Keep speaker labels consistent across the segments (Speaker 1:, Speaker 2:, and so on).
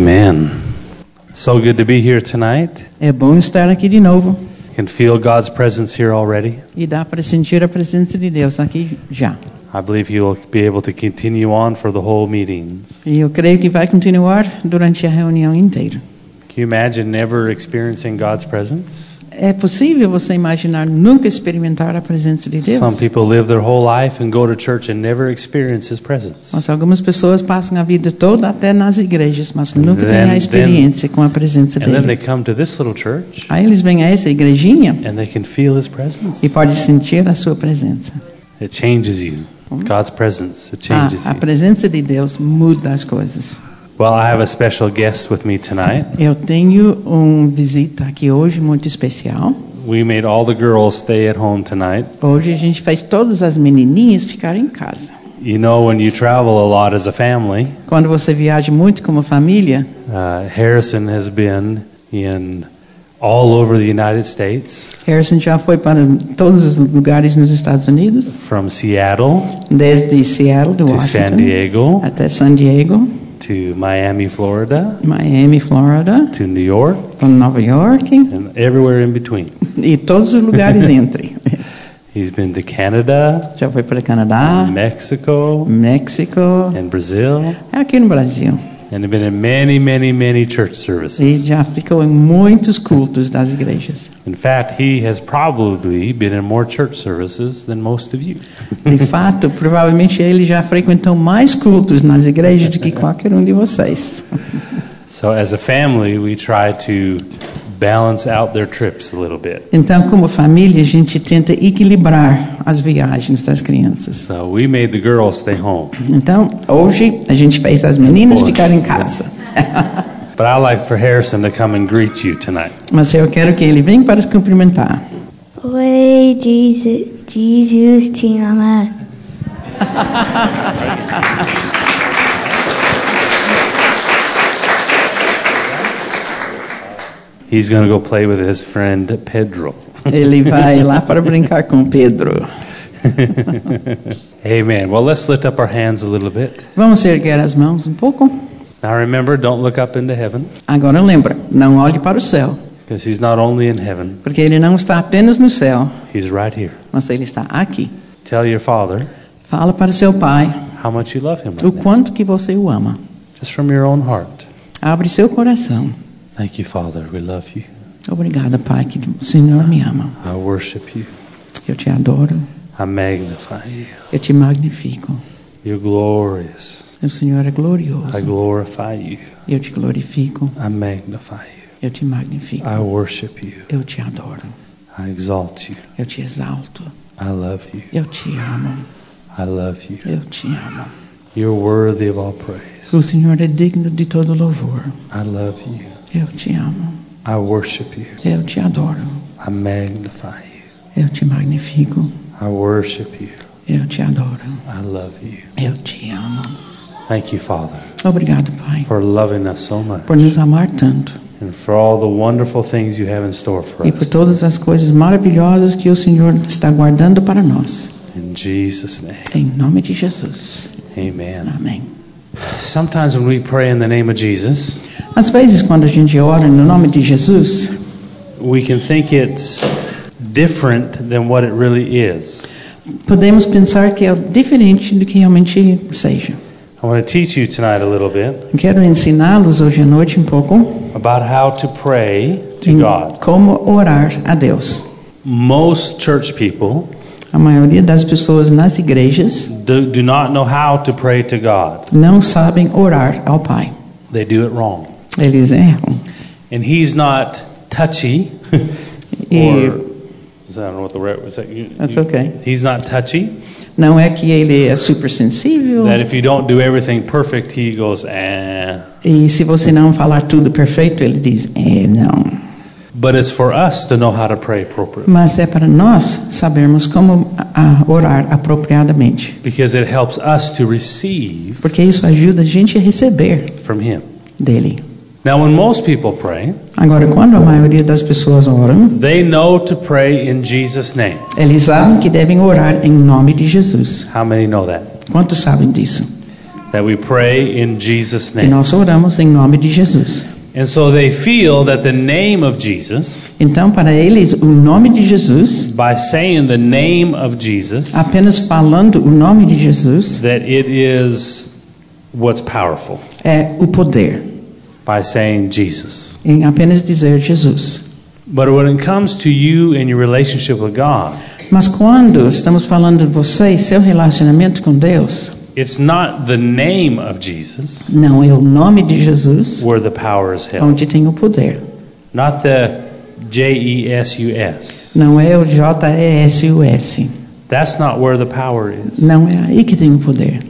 Speaker 1: Amen. So good to be here tonight.
Speaker 2: É bom estar aqui de novo
Speaker 1: You can feel God's presence here already.
Speaker 2: e dá para sentir a presença de Deus aqui já.
Speaker 1: I believe you will be able to continue on for the whole meetings.
Speaker 2: E eu creio que vai continuar durante a reunião inteira.
Speaker 1: Can you imagine never experiencing God's presence?
Speaker 2: É possível você imaginar nunca experimentar a presença de Deus?
Speaker 1: Some people live their whole life and go to church and never experience His presence.
Speaker 2: Mas algumas pessoas passam a vida toda até nas igrejas, mas nunca
Speaker 1: Then-
Speaker 2: têm a experiência com a presença
Speaker 1: And then they
Speaker 2: dele.
Speaker 1: come to this little church
Speaker 2: Aí eles vêm a essa igrejinha
Speaker 1: and they can feel His presence.
Speaker 2: e podem sentir a sua presença.
Speaker 1: It changes you. God's presence, it
Speaker 2: A,
Speaker 1: changes
Speaker 2: a
Speaker 1: you.
Speaker 2: presença de Deus muda as coisas.
Speaker 1: Well, I have a special guest with me tonight.
Speaker 2: Eu tenho uma visita aqui hoje muito especial.
Speaker 1: We made all the girls stay at home tonight.
Speaker 2: Hoje a gente faz todas as menininhas ficarem em casa.
Speaker 1: You know, when you travel a lot as a family,
Speaker 2: Quando você viaja muito como família,
Speaker 1: uh, Harrison has been in all over the United States,
Speaker 2: Harrison já foi para todos os lugares nos Estados Unidos,
Speaker 1: from Seattle
Speaker 2: desde Seattle, do
Speaker 1: to San
Speaker 2: Washington,
Speaker 1: Diego
Speaker 2: até San Diego,
Speaker 1: to Miami, Florida
Speaker 2: Miami, Florida,
Speaker 1: to New York
Speaker 2: para Nova York
Speaker 1: and everywhere in between.
Speaker 2: e todos os lugares entre.
Speaker 1: He's been to Canada,
Speaker 2: Já foi para Canadá,
Speaker 1: Mexico,
Speaker 2: México,
Speaker 1: and Brazil,
Speaker 2: é aqui no Brasil.
Speaker 1: and been in many, many, many church
Speaker 2: E
Speaker 1: services.
Speaker 2: já ficou em muitos cultos das igrejas.
Speaker 1: In fact, he has probably been in more church services than most of you.
Speaker 2: De fato, provavelmente ele já frequentou mais cultos nas igrejas do que qualquer um de vocês.
Speaker 1: So, as a family, we try to balance out their trips a little bit.
Speaker 2: Então, como família, a gente tenta equilibrar as viagens das crianças.
Speaker 1: So, we made the girls stay home.
Speaker 2: Então, hoje a gente fez as meninas
Speaker 1: Boa.
Speaker 2: ficarem em casa.
Speaker 1: But I like for Harrison to come and greet you tonight.
Speaker 2: Mas eu quero que ele venha para os cumprimentar.
Speaker 3: Oi, Jesus, Jesus te ama.
Speaker 1: He's going to go play with his friend Pedro.
Speaker 2: Ele vai lá para brincar com Pedro.
Speaker 1: Amen. Well, let's lift up our hands a little bit.
Speaker 2: Vamos erguer as mãos um pouco.
Speaker 1: Now, remember, don't look up into heaven
Speaker 2: Agora lembra, não olhe para o céu,
Speaker 1: because he's not only in heaven,
Speaker 2: porque ele não está apenas no céu,
Speaker 1: he's right here.
Speaker 2: mas ele está aqui.
Speaker 1: Tell your father
Speaker 2: Fala para seu pai
Speaker 1: how much you love him,
Speaker 2: o
Speaker 1: right now,
Speaker 2: quanto que você o ama.
Speaker 1: just from your own heart.
Speaker 2: Abre seu coração.
Speaker 1: Thank you, Father. We love you.
Speaker 2: Obrigada, Pai, que o Senhor me ama.
Speaker 1: I worship you.
Speaker 2: Eu te adoro,
Speaker 1: I magnify you.
Speaker 2: eu te magnifico.
Speaker 1: You're glorious.
Speaker 2: O Senhor é
Speaker 1: I
Speaker 2: glorioso.
Speaker 1: glorify you.
Speaker 2: Eu te glorifico,
Speaker 1: I magnify you.
Speaker 2: eu te magnifico,
Speaker 1: I worship you.
Speaker 2: eu te adoro,
Speaker 1: I exalt you.
Speaker 2: eu te exalto,
Speaker 1: I love you.
Speaker 2: eu te amo,
Speaker 1: I love you.
Speaker 2: eu te amo.
Speaker 1: You're worthy of all
Speaker 2: O
Speaker 1: praise.
Speaker 2: Senhor é digno de todo louvor.
Speaker 1: I love you.
Speaker 2: Eu te amo,
Speaker 1: I worship you.
Speaker 2: eu te adoro,
Speaker 1: I magnify you.
Speaker 2: eu te magnifico,
Speaker 1: I worship you.
Speaker 2: eu te adoro,
Speaker 1: I love you.
Speaker 2: eu te amo.
Speaker 1: Thank you, Father,
Speaker 2: Obrigado, Pai,
Speaker 1: for loving us so much
Speaker 2: por nos amar tanto
Speaker 1: and for all the wonderful things you have in store for
Speaker 2: e por
Speaker 1: us.
Speaker 2: todas as coisas maravilhosas que o Senhor está guardando para nós.
Speaker 1: In Jesus' name,
Speaker 2: Em nome de Jesus.
Speaker 1: amen.
Speaker 2: Amém.
Speaker 1: Sometimes when we pray in the name of Jesus,
Speaker 2: Às vezes, quando a gente ora no nome de Jesus,
Speaker 1: we can think it's different than what it really is.
Speaker 2: podemos pensar que é diferente do que realmente seja.
Speaker 1: I want to teach you tonight a little bit
Speaker 2: Eu quero ensiná-los hoje à noite um pouco
Speaker 1: about how to pray to
Speaker 2: em
Speaker 1: God.
Speaker 2: como orar a Deus.
Speaker 1: Most church people
Speaker 2: A maioria das pessoas nas igrejas
Speaker 1: do, do not know how to pray to God.
Speaker 2: não sabem orar ao Pai.
Speaker 1: They do it wrong.
Speaker 2: Eles erram.
Speaker 1: And He's not touchy.
Speaker 2: E
Speaker 1: or, is that, I don't know what the right is that you,
Speaker 2: That's
Speaker 1: you-
Speaker 2: okay.
Speaker 1: He's not touchy.
Speaker 2: não é que ele é super sensível
Speaker 1: That if you don't do everything perfect, He goes, eh.
Speaker 2: e se você não falar tudo perfeito, ele diz, é, não.
Speaker 1: But it's for us to know how to pray appropriately
Speaker 2: Mas é para nós sabermos como a- a orar apropriadamente.
Speaker 1: because it helps us to receive
Speaker 2: Porque isso ajuda a gente a receber
Speaker 1: from Him.
Speaker 2: dele.
Speaker 1: Now, when most people pray,
Speaker 2: Agora, quando a maioria das pessoas oram,
Speaker 1: they know to pray in Jesus' name.
Speaker 2: eles sabem que devem orar em nome de Jesus.
Speaker 1: How many know that?
Speaker 2: Quantos sabem disso?
Speaker 1: that we pray in Jesus'
Speaker 2: que
Speaker 1: name.
Speaker 2: nós oramos em nome de Jesus.
Speaker 1: And so they feel that the name of Jesus,
Speaker 2: Então, para eles, o nome de Jesus,
Speaker 1: by saying the name of Jesus,
Speaker 2: apenas falando o nome de Jesus,
Speaker 1: that it is what's powerful
Speaker 2: é o poder,
Speaker 1: by saying Jesus.
Speaker 2: em apenas dizer Jesus.
Speaker 1: But when it comes to you and your relationship with God,
Speaker 2: Mas quando estamos falando de você e seu relacionamento com Deus,
Speaker 1: it's not the name of Jesus
Speaker 2: não é o nome de Jesus
Speaker 1: where the power is held,
Speaker 2: onde tem o poder.
Speaker 1: not the J E S U S.
Speaker 2: Não é o J-E-S-U-S.
Speaker 1: That's not where the power is.
Speaker 2: Não é aí que tem o poder.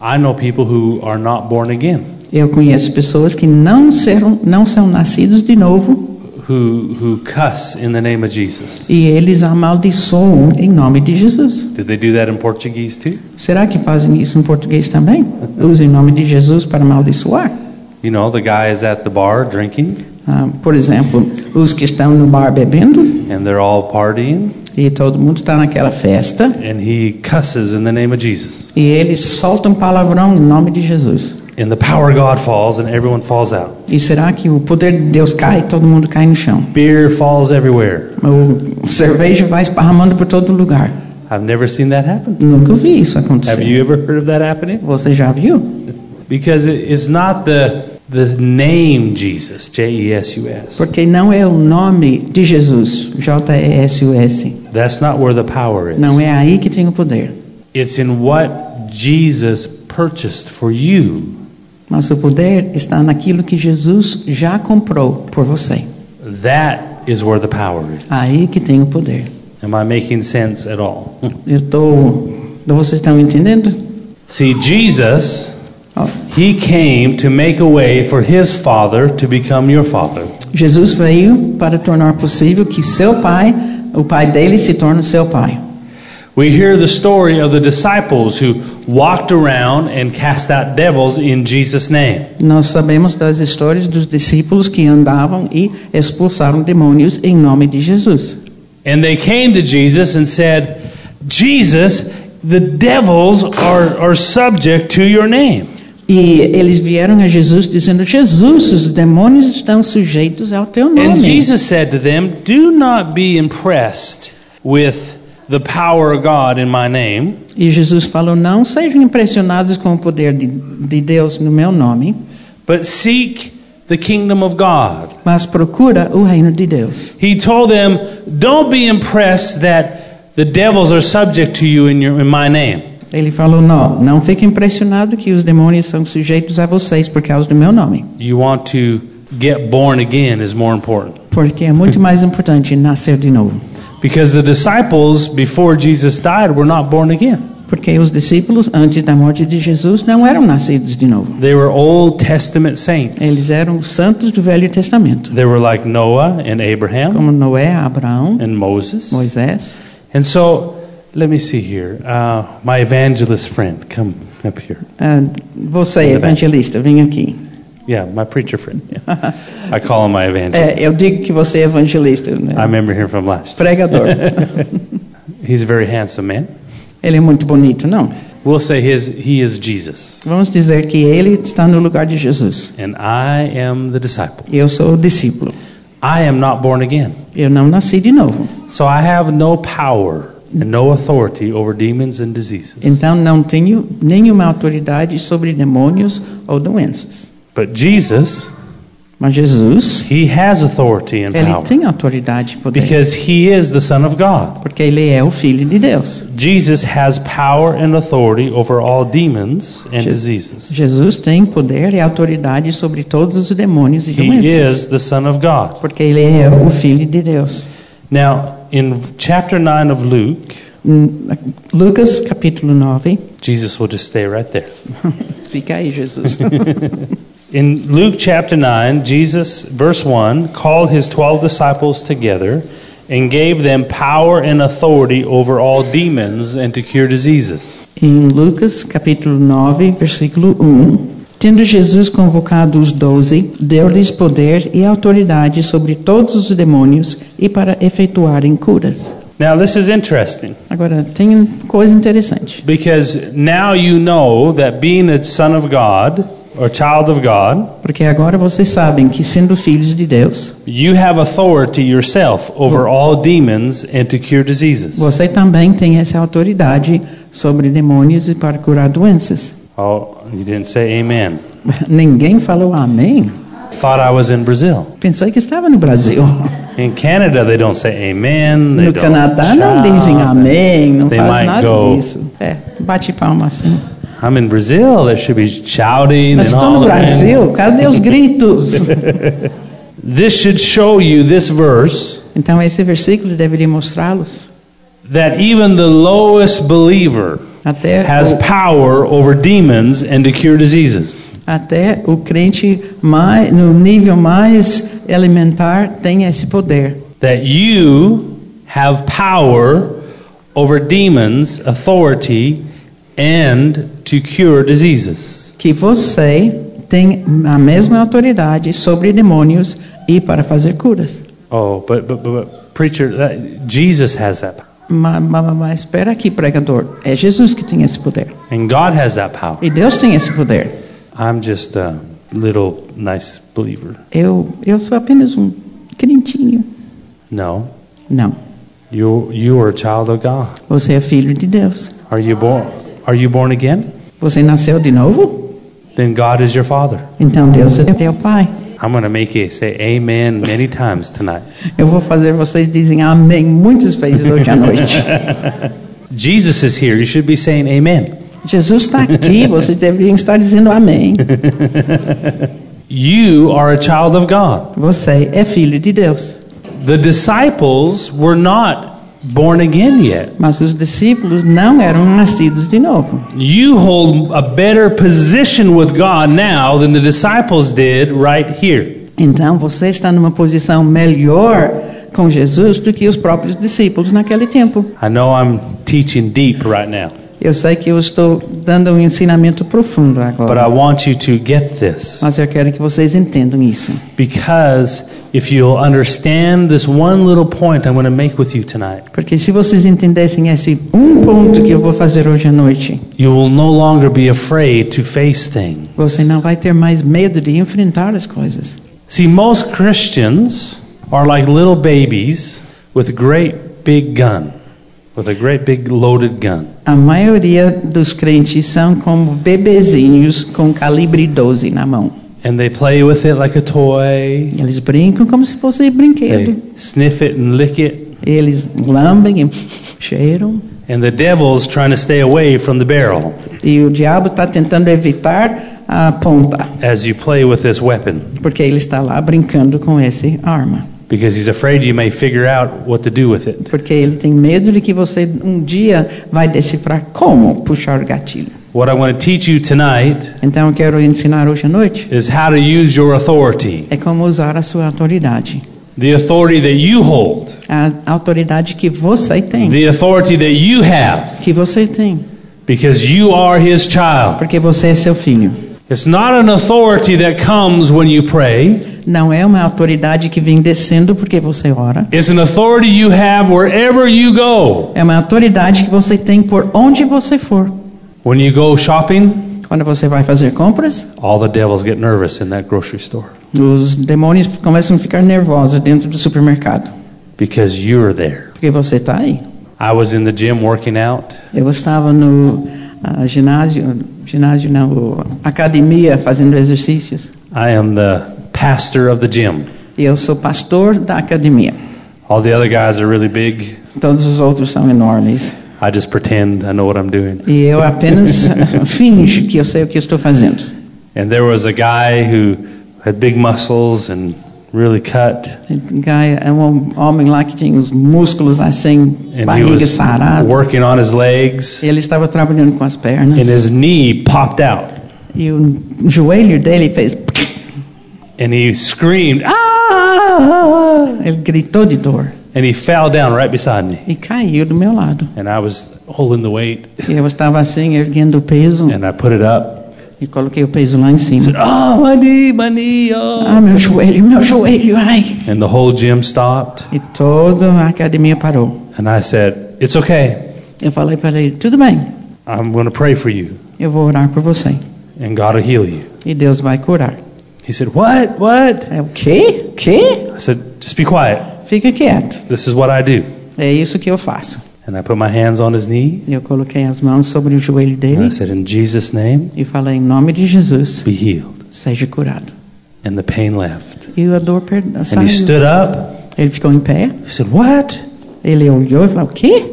Speaker 1: I know people who are not born again,
Speaker 2: Eu conheço pessoas que não, serão, não são nascidos de novo
Speaker 1: who who cuss in the name of Jesus.
Speaker 2: e eles amaldiçoam em nome de Jesus.
Speaker 1: Did they do that in Portuguese too?
Speaker 2: Será que fazem isso em português também? Usam o nome de Jesus para amaldiçoar?
Speaker 1: You know, the guy is at the bar drinking
Speaker 2: Ah, por exemplo, os que estão no bar bebendo
Speaker 1: and they're all partying
Speaker 2: e todo mundo está naquela festa
Speaker 1: and he cusses in the name of Jesus.
Speaker 2: e eles soltam palavrão em nome de Jesus.
Speaker 1: And the power of God falls and everyone falls out.
Speaker 2: E será que o poder de Deus cai e todo mundo cai no chão?
Speaker 1: Beer falls everywhere.
Speaker 2: O cerveja vai esparramando por todo lugar.
Speaker 1: I've never seen that happen.
Speaker 2: Nunca vi isso
Speaker 1: Have
Speaker 2: acontecer.
Speaker 1: you ever heard of that happening?
Speaker 2: Você já viu?
Speaker 1: Because it- it's not the the name Jesus, J E S U S.
Speaker 2: Porque não é o nome de Jesus, J-E-S-U-S.
Speaker 1: That's not where the power is.
Speaker 2: Não é aí que tem o poder.
Speaker 1: It's in what Jesus purchased for you.
Speaker 2: Mas o poder está naquilo que Jesus já comprou por você.
Speaker 1: That is where the power is.
Speaker 2: Aí que tem o poder.
Speaker 1: Am I making sense at all?
Speaker 2: Eu tô, vocês estão entendendo?
Speaker 1: See, Jesus,
Speaker 2: Ó,
Speaker 1: he came to make a way for his father to become your father.
Speaker 2: Jesus veio para tornar possível que seu pai, o pai dele, se torne seu pai.
Speaker 1: We hear the story of the disciples who walked around and cast out devils in Jesus' name.
Speaker 2: Nós sabemos das histórias dos discípulos que andavam e expulsaram demônios em nome de Jesus.
Speaker 1: And they came to Jesus and said, Jesus, the devils are, are subject to your name.
Speaker 2: E eles vieram a Jesus dizendo: Jesus, os demônios estão sujeitos ao teu nome.
Speaker 1: And Jesus said to them, Do not be impressed with the power of God in my name,
Speaker 2: E Jesus falou: Não sejam impressionados com o poder de, de Deus no meu nome,
Speaker 1: but seek the kingdom of God.
Speaker 2: mas procura o reino de Deus.
Speaker 1: He told them, Don't be impressed that the devils are subject to you in, your, in my name.
Speaker 2: Ele falou: Não, não fique impressionado que os demônios são sujeitos a vocês por causa do meu nome,
Speaker 1: You want to get born again is more important.
Speaker 2: porque é muito mais importante nascer de novo.
Speaker 1: Because the disciples, before Jesus died, were not born again.
Speaker 2: Porque os discípulos, antes da morte de Jesus, não eram nascidos de novo.
Speaker 1: They were Old Testament saints.
Speaker 2: Eles eram os santos do Velho Testamento,
Speaker 1: They were like Noah and Abraham
Speaker 2: como Noé, Abraão,
Speaker 1: and Moses.
Speaker 2: Moisés.
Speaker 1: And so, let me see here. Uh, my evangelist friend, come up here.
Speaker 2: Ah, você, evangelista, vem aqui.
Speaker 1: Yeah, my preacher friend. Yeah. I call him my evangelist.
Speaker 2: É, eu digo que você é evangelista,
Speaker 1: I
Speaker 2: né?
Speaker 1: remember him from last.
Speaker 2: pregador.
Speaker 1: He's a very handsome man.
Speaker 2: Ele é muito bonito, não?
Speaker 1: We'll say his, he is Jesus,
Speaker 2: Vamos dizer que ele está no lugar de Jesus.
Speaker 1: and I am the disciple.
Speaker 2: Eu sou o discípulo.
Speaker 1: I am not born again.
Speaker 2: Eu não nasci de novo.
Speaker 1: So I have no power and no authority over demons and diseases.
Speaker 2: Então não tenho nenhuma autoridade sobre demônios ou doenças.
Speaker 1: But Jesus,
Speaker 2: Mas Jesus,
Speaker 1: he has authority and
Speaker 2: ele
Speaker 1: power
Speaker 2: tem autoridade e poder.
Speaker 1: because he is the Son of God.
Speaker 2: Porque ele é o Filho de Deus.
Speaker 1: Jesus has power and authority over all demons and
Speaker 2: Je-
Speaker 1: diseases.
Speaker 2: Jesus tem poder e autoridade sobre todos os demônios e
Speaker 1: He
Speaker 2: doenças.
Speaker 1: is the Son of God.
Speaker 2: Porque ele é o Filho de Deus.
Speaker 1: Now, in chapter 9 of Luke,
Speaker 2: Hum, Lucas capítulo 9.
Speaker 1: Jesus will just stay right there.
Speaker 2: Fica aí, Jesus.
Speaker 1: In Luke chapter 9, Jesus, verse 1, called his 12 disciples together and gave them power and authority over all demons and to cure diseases.
Speaker 2: Em Lucas capítulo 9, versículo 1. Tendo Jesus convocado os doze, deu-lhes poder e autoridade sobre todos os demônios e para efetuarem curas.
Speaker 1: Now, this is interesting
Speaker 2: Agora, tem coisa interessante.
Speaker 1: because now you know that being a son of God or child of God,
Speaker 2: Porque agora vocês sabem que, sendo filhos de Deus,
Speaker 1: you have authority yourself over all demons and to cure diseases.
Speaker 2: você também tem essa autoridade sobre demônios e para curar doenças.
Speaker 1: Oh, you didn't say amen.
Speaker 2: Ninguém falou amém.
Speaker 1: Thought I was in Brazil.
Speaker 2: Pensei que estava no Brasil.
Speaker 1: In Canada, they don't say amen. They
Speaker 2: No
Speaker 1: don't
Speaker 2: Canadá não
Speaker 1: shout.
Speaker 2: dizem amém, não
Speaker 1: They
Speaker 2: faz
Speaker 1: might
Speaker 2: nada
Speaker 1: go-
Speaker 2: disso. É, bate palma assim.
Speaker 1: I'm in Brazil. There should be shouting
Speaker 2: Mas
Speaker 1: and
Speaker 2: estou
Speaker 1: all
Speaker 2: no
Speaker 1: that.
Speaker 2: Brasil, cadê os gritos?
Speaker 1: This should show you this verse
Speaker 2: Então esse versículo deveria mostrá-los.
Speaker 1: that even the lowest believer
Speaker 2: Até
Speaker 1: has
Speaker 2: o,
Speaker 1: power over demons and to cure diseases.
Speaker 2: até o crente mais, no nível mais elementar tem esse poder.
Speaker 1: That you have power over demons, authority, and to cure diseases.
Speaker 2: que você tem a mesma autoridade sobre demônios e para fazer curas.
Speaker 1: Oh, but but, but, but preacher, that, Jesus has that, power,
Speaker 2: Mas, mas, mas espera aqui, pregador. É Jesus que tem esse poder.
Speaker 1: and God has that power.
Speaker 2: E Deus tem esse poder.
Speaker 1: I'm just a little nice believer.
Speaker 2: Eu, eu sou apenas um crentinho.
Speaker 1: No,
Speaker 2: Não.
Speaker 1: you you are a child of God.
Speaker 2: Você é filho de Deus.
Speaker 1: Are you born? Are you born again?
Speaker 2: Você nasceu de novo?
Speaker 1: Then God is your Father.
Speaker 2: Então Deus é teu pai.
Speaker 1: I'm going to make you say amen many times tonight.
Speaker 2: Eu vou fazer vocês dizem amém muitas vezes hoje à noite.
Speaker 1: Jesus is here. You should be saying amen.
Speaker 2: Jesus está aqui, vocês deveriam estar dizendo amém.
Speaker 1: You are a child of God.
Speaker 2: Você é filho de Deus.
Speaker 1: The disciples were not born again yet.
Speaker 2: Mas os discípulos não eram nascidos de novo.
Speaker 1: You hold a better position with God now than the disciples did right here.
Speaker 2: Então você está numa posição melhor com Jesus do que os próprios discípulos naquele tempo.
Speaker 1: I know I'm teaching deep right now,
Speaker 2: Eu sei que eu estou dando um ensinamento profundo
Speaker 1: but
Speaker 2: agora,
Speaker 1: I want you to get this
Speaker 2: mas eu quero que vocês entendam isso.
Speaker 1: because if you'll understand this one little point I'm going to make with you tonight,
Speaker 2: Porque se vocês entendessem esse um ponto que eu vou fazer hoje à noite,
Speaker 1: you will no longer be afraid to face things.
Speaker 2: você não vai ter mais medo de enfrentar as coisas.
Speaker 1: See, most Christians are like little babies with a great big gun, with a great big loaded gun.
Speaker 2: A maioria dos crentes são como bebezinhos com calibre 12 na mão.
Speaker 1: And they play with it like a toy.
Speaker 2: Eles brincam como se fosse brinquedo.
Speaker 1: They sniff it and lick it.
Speaker 2: Eles lambem e cheiram.
Speaker 1: And the devil's trying to stay away from the barrel
Speaker 2: E o diabo está tentando evitar a ponta,
Speaker 1: as you play with this weapon
Speaker 2: porque ele está lá brincando com essa arma.
Speaker 1: because he's afraid you may figure out what to do with it.
Speaker 2: Porque ele tem medo de que você um dia vai decifrar como puxar o gatilho.
Speaker 1: What I want to teach you tonight
Speaker 2: Então eu quero ensinar hoje à noite
Speaker 1: is how to use your authority,
Speaker 2: é como usar a sua autoridade.
Speaker 1: the authority that you hold,
Speaker 2: A autoridade que você tem,
Speaker 1: the authority that you have,
Speaker 2: que você tem,
Speaker 1: because you are his child.
Speaker 2: porque você é seu filho.
Speaker 1: It's not an authority that comes when you pray.
Speaker 2: Não é uma autoridade que vem descendo porque você ora.
Speaker 1: It's an authority you have wherever you go.
Speaker 2: É uma autoridade que você tem por onde você for.
Speaker 1: When you go shopping,
Speaker 2: Quando você vai fazer compras,
Speaker 1: all the devils get nervous in that grocery store
Speaker 2: Os demônios começam a ficar nervosos dentro do supermercado,
Speaker 1: because you're there.
Speaker 2: porque você está aí.
Speaker 1: I was in the gym working out,
Speaker 2: Eu estava no ah, ginásio, ginásio não, o- academia fazendo exercícios.
Speaker 1: I am the pastor of the gym.
Speaker 2: E eu sou pastor da academia.
Speaker 1: All the other guys are really big.
Speaker 2: Todos os outros são enormes.
Speaker 1: I just pretend I know what I'm doing.
Speaker 2: E eu apenas finge que eu sei o que estou fazendo.
Speaker 1: And there was a guy who had big muscles and really cut,
Speaker 2: Guy é um homem lá que tinha os músculos assim,
Speaker 1: and he
Speaker 2: barriga
Speaker 1: was
Speaker 2: sarada.
Speaker 1: working on his legs,
Speaker 2: Ele estava trabalhando com as
Speaker 1: and
Speaker 2: pernas.
Speaker 1: his knee popped out.
Speaker 2: E o joelho dele fez.
Speaker 1: and he screamed, ah!
Speaker 2: Ele gritou de dor.
Speaker 1: And he fell down right beside me.
Speaker 2: e caiu do meu lado.
Speaker 1: And I was holding the weight
Speaker 2: E eu estava assim, erguendo o peso,
Speaker 1: and I put it up
Speaker 2: E coloquei o peso lá em cima.
Speaker 1: Oh, my knee, my knee, oh.
Speaker 2: Ah, meu joelho, meu joelho, ai.
Speaker 1: And the whole gym stopped.
Speaker 2: E toda a academia parou.
Speaker 1: And I said, It's okay.
Speaker 2: Eu falei para ele: tudo bem,
Speaker 1: I'm going to pray for you,
Speaker 2: eu vou orar por você.
Speaker 1: and God will heal you.
Speaker 2: E Deus vai curar.
Speaker 1: He said, What? What?
Speaker 2: É o quê? O quê?
Speaker 1: I said, Just be quiet.
Speaker 2: Fica quieto.
Speaker 1: This is what I do.
Speaker 2: É isso que eu faço.
Speaker 1: And I put my hands on his knee.
Speaker 2: Eu coloquei as mãos sobre o joelho
Speaker 1: And I
Speaker 2: dele
Speaker 1: said, In Jesus' name,
Speaker 2: e falei: em nome de Jesus,
Speaker 1: be healed.
Speaker 2: seja curado.
Speaker 1: And the pain left.
Speaker 2: E a dor perdão,
Speaker 1: And he
Speaker 2: saiu.
Speaker 1: stood up.
Speaker 2: Ele ficou em pé.
Speaker 1: He said, What?
Speaker 2: Ele olhou e falou: o quê?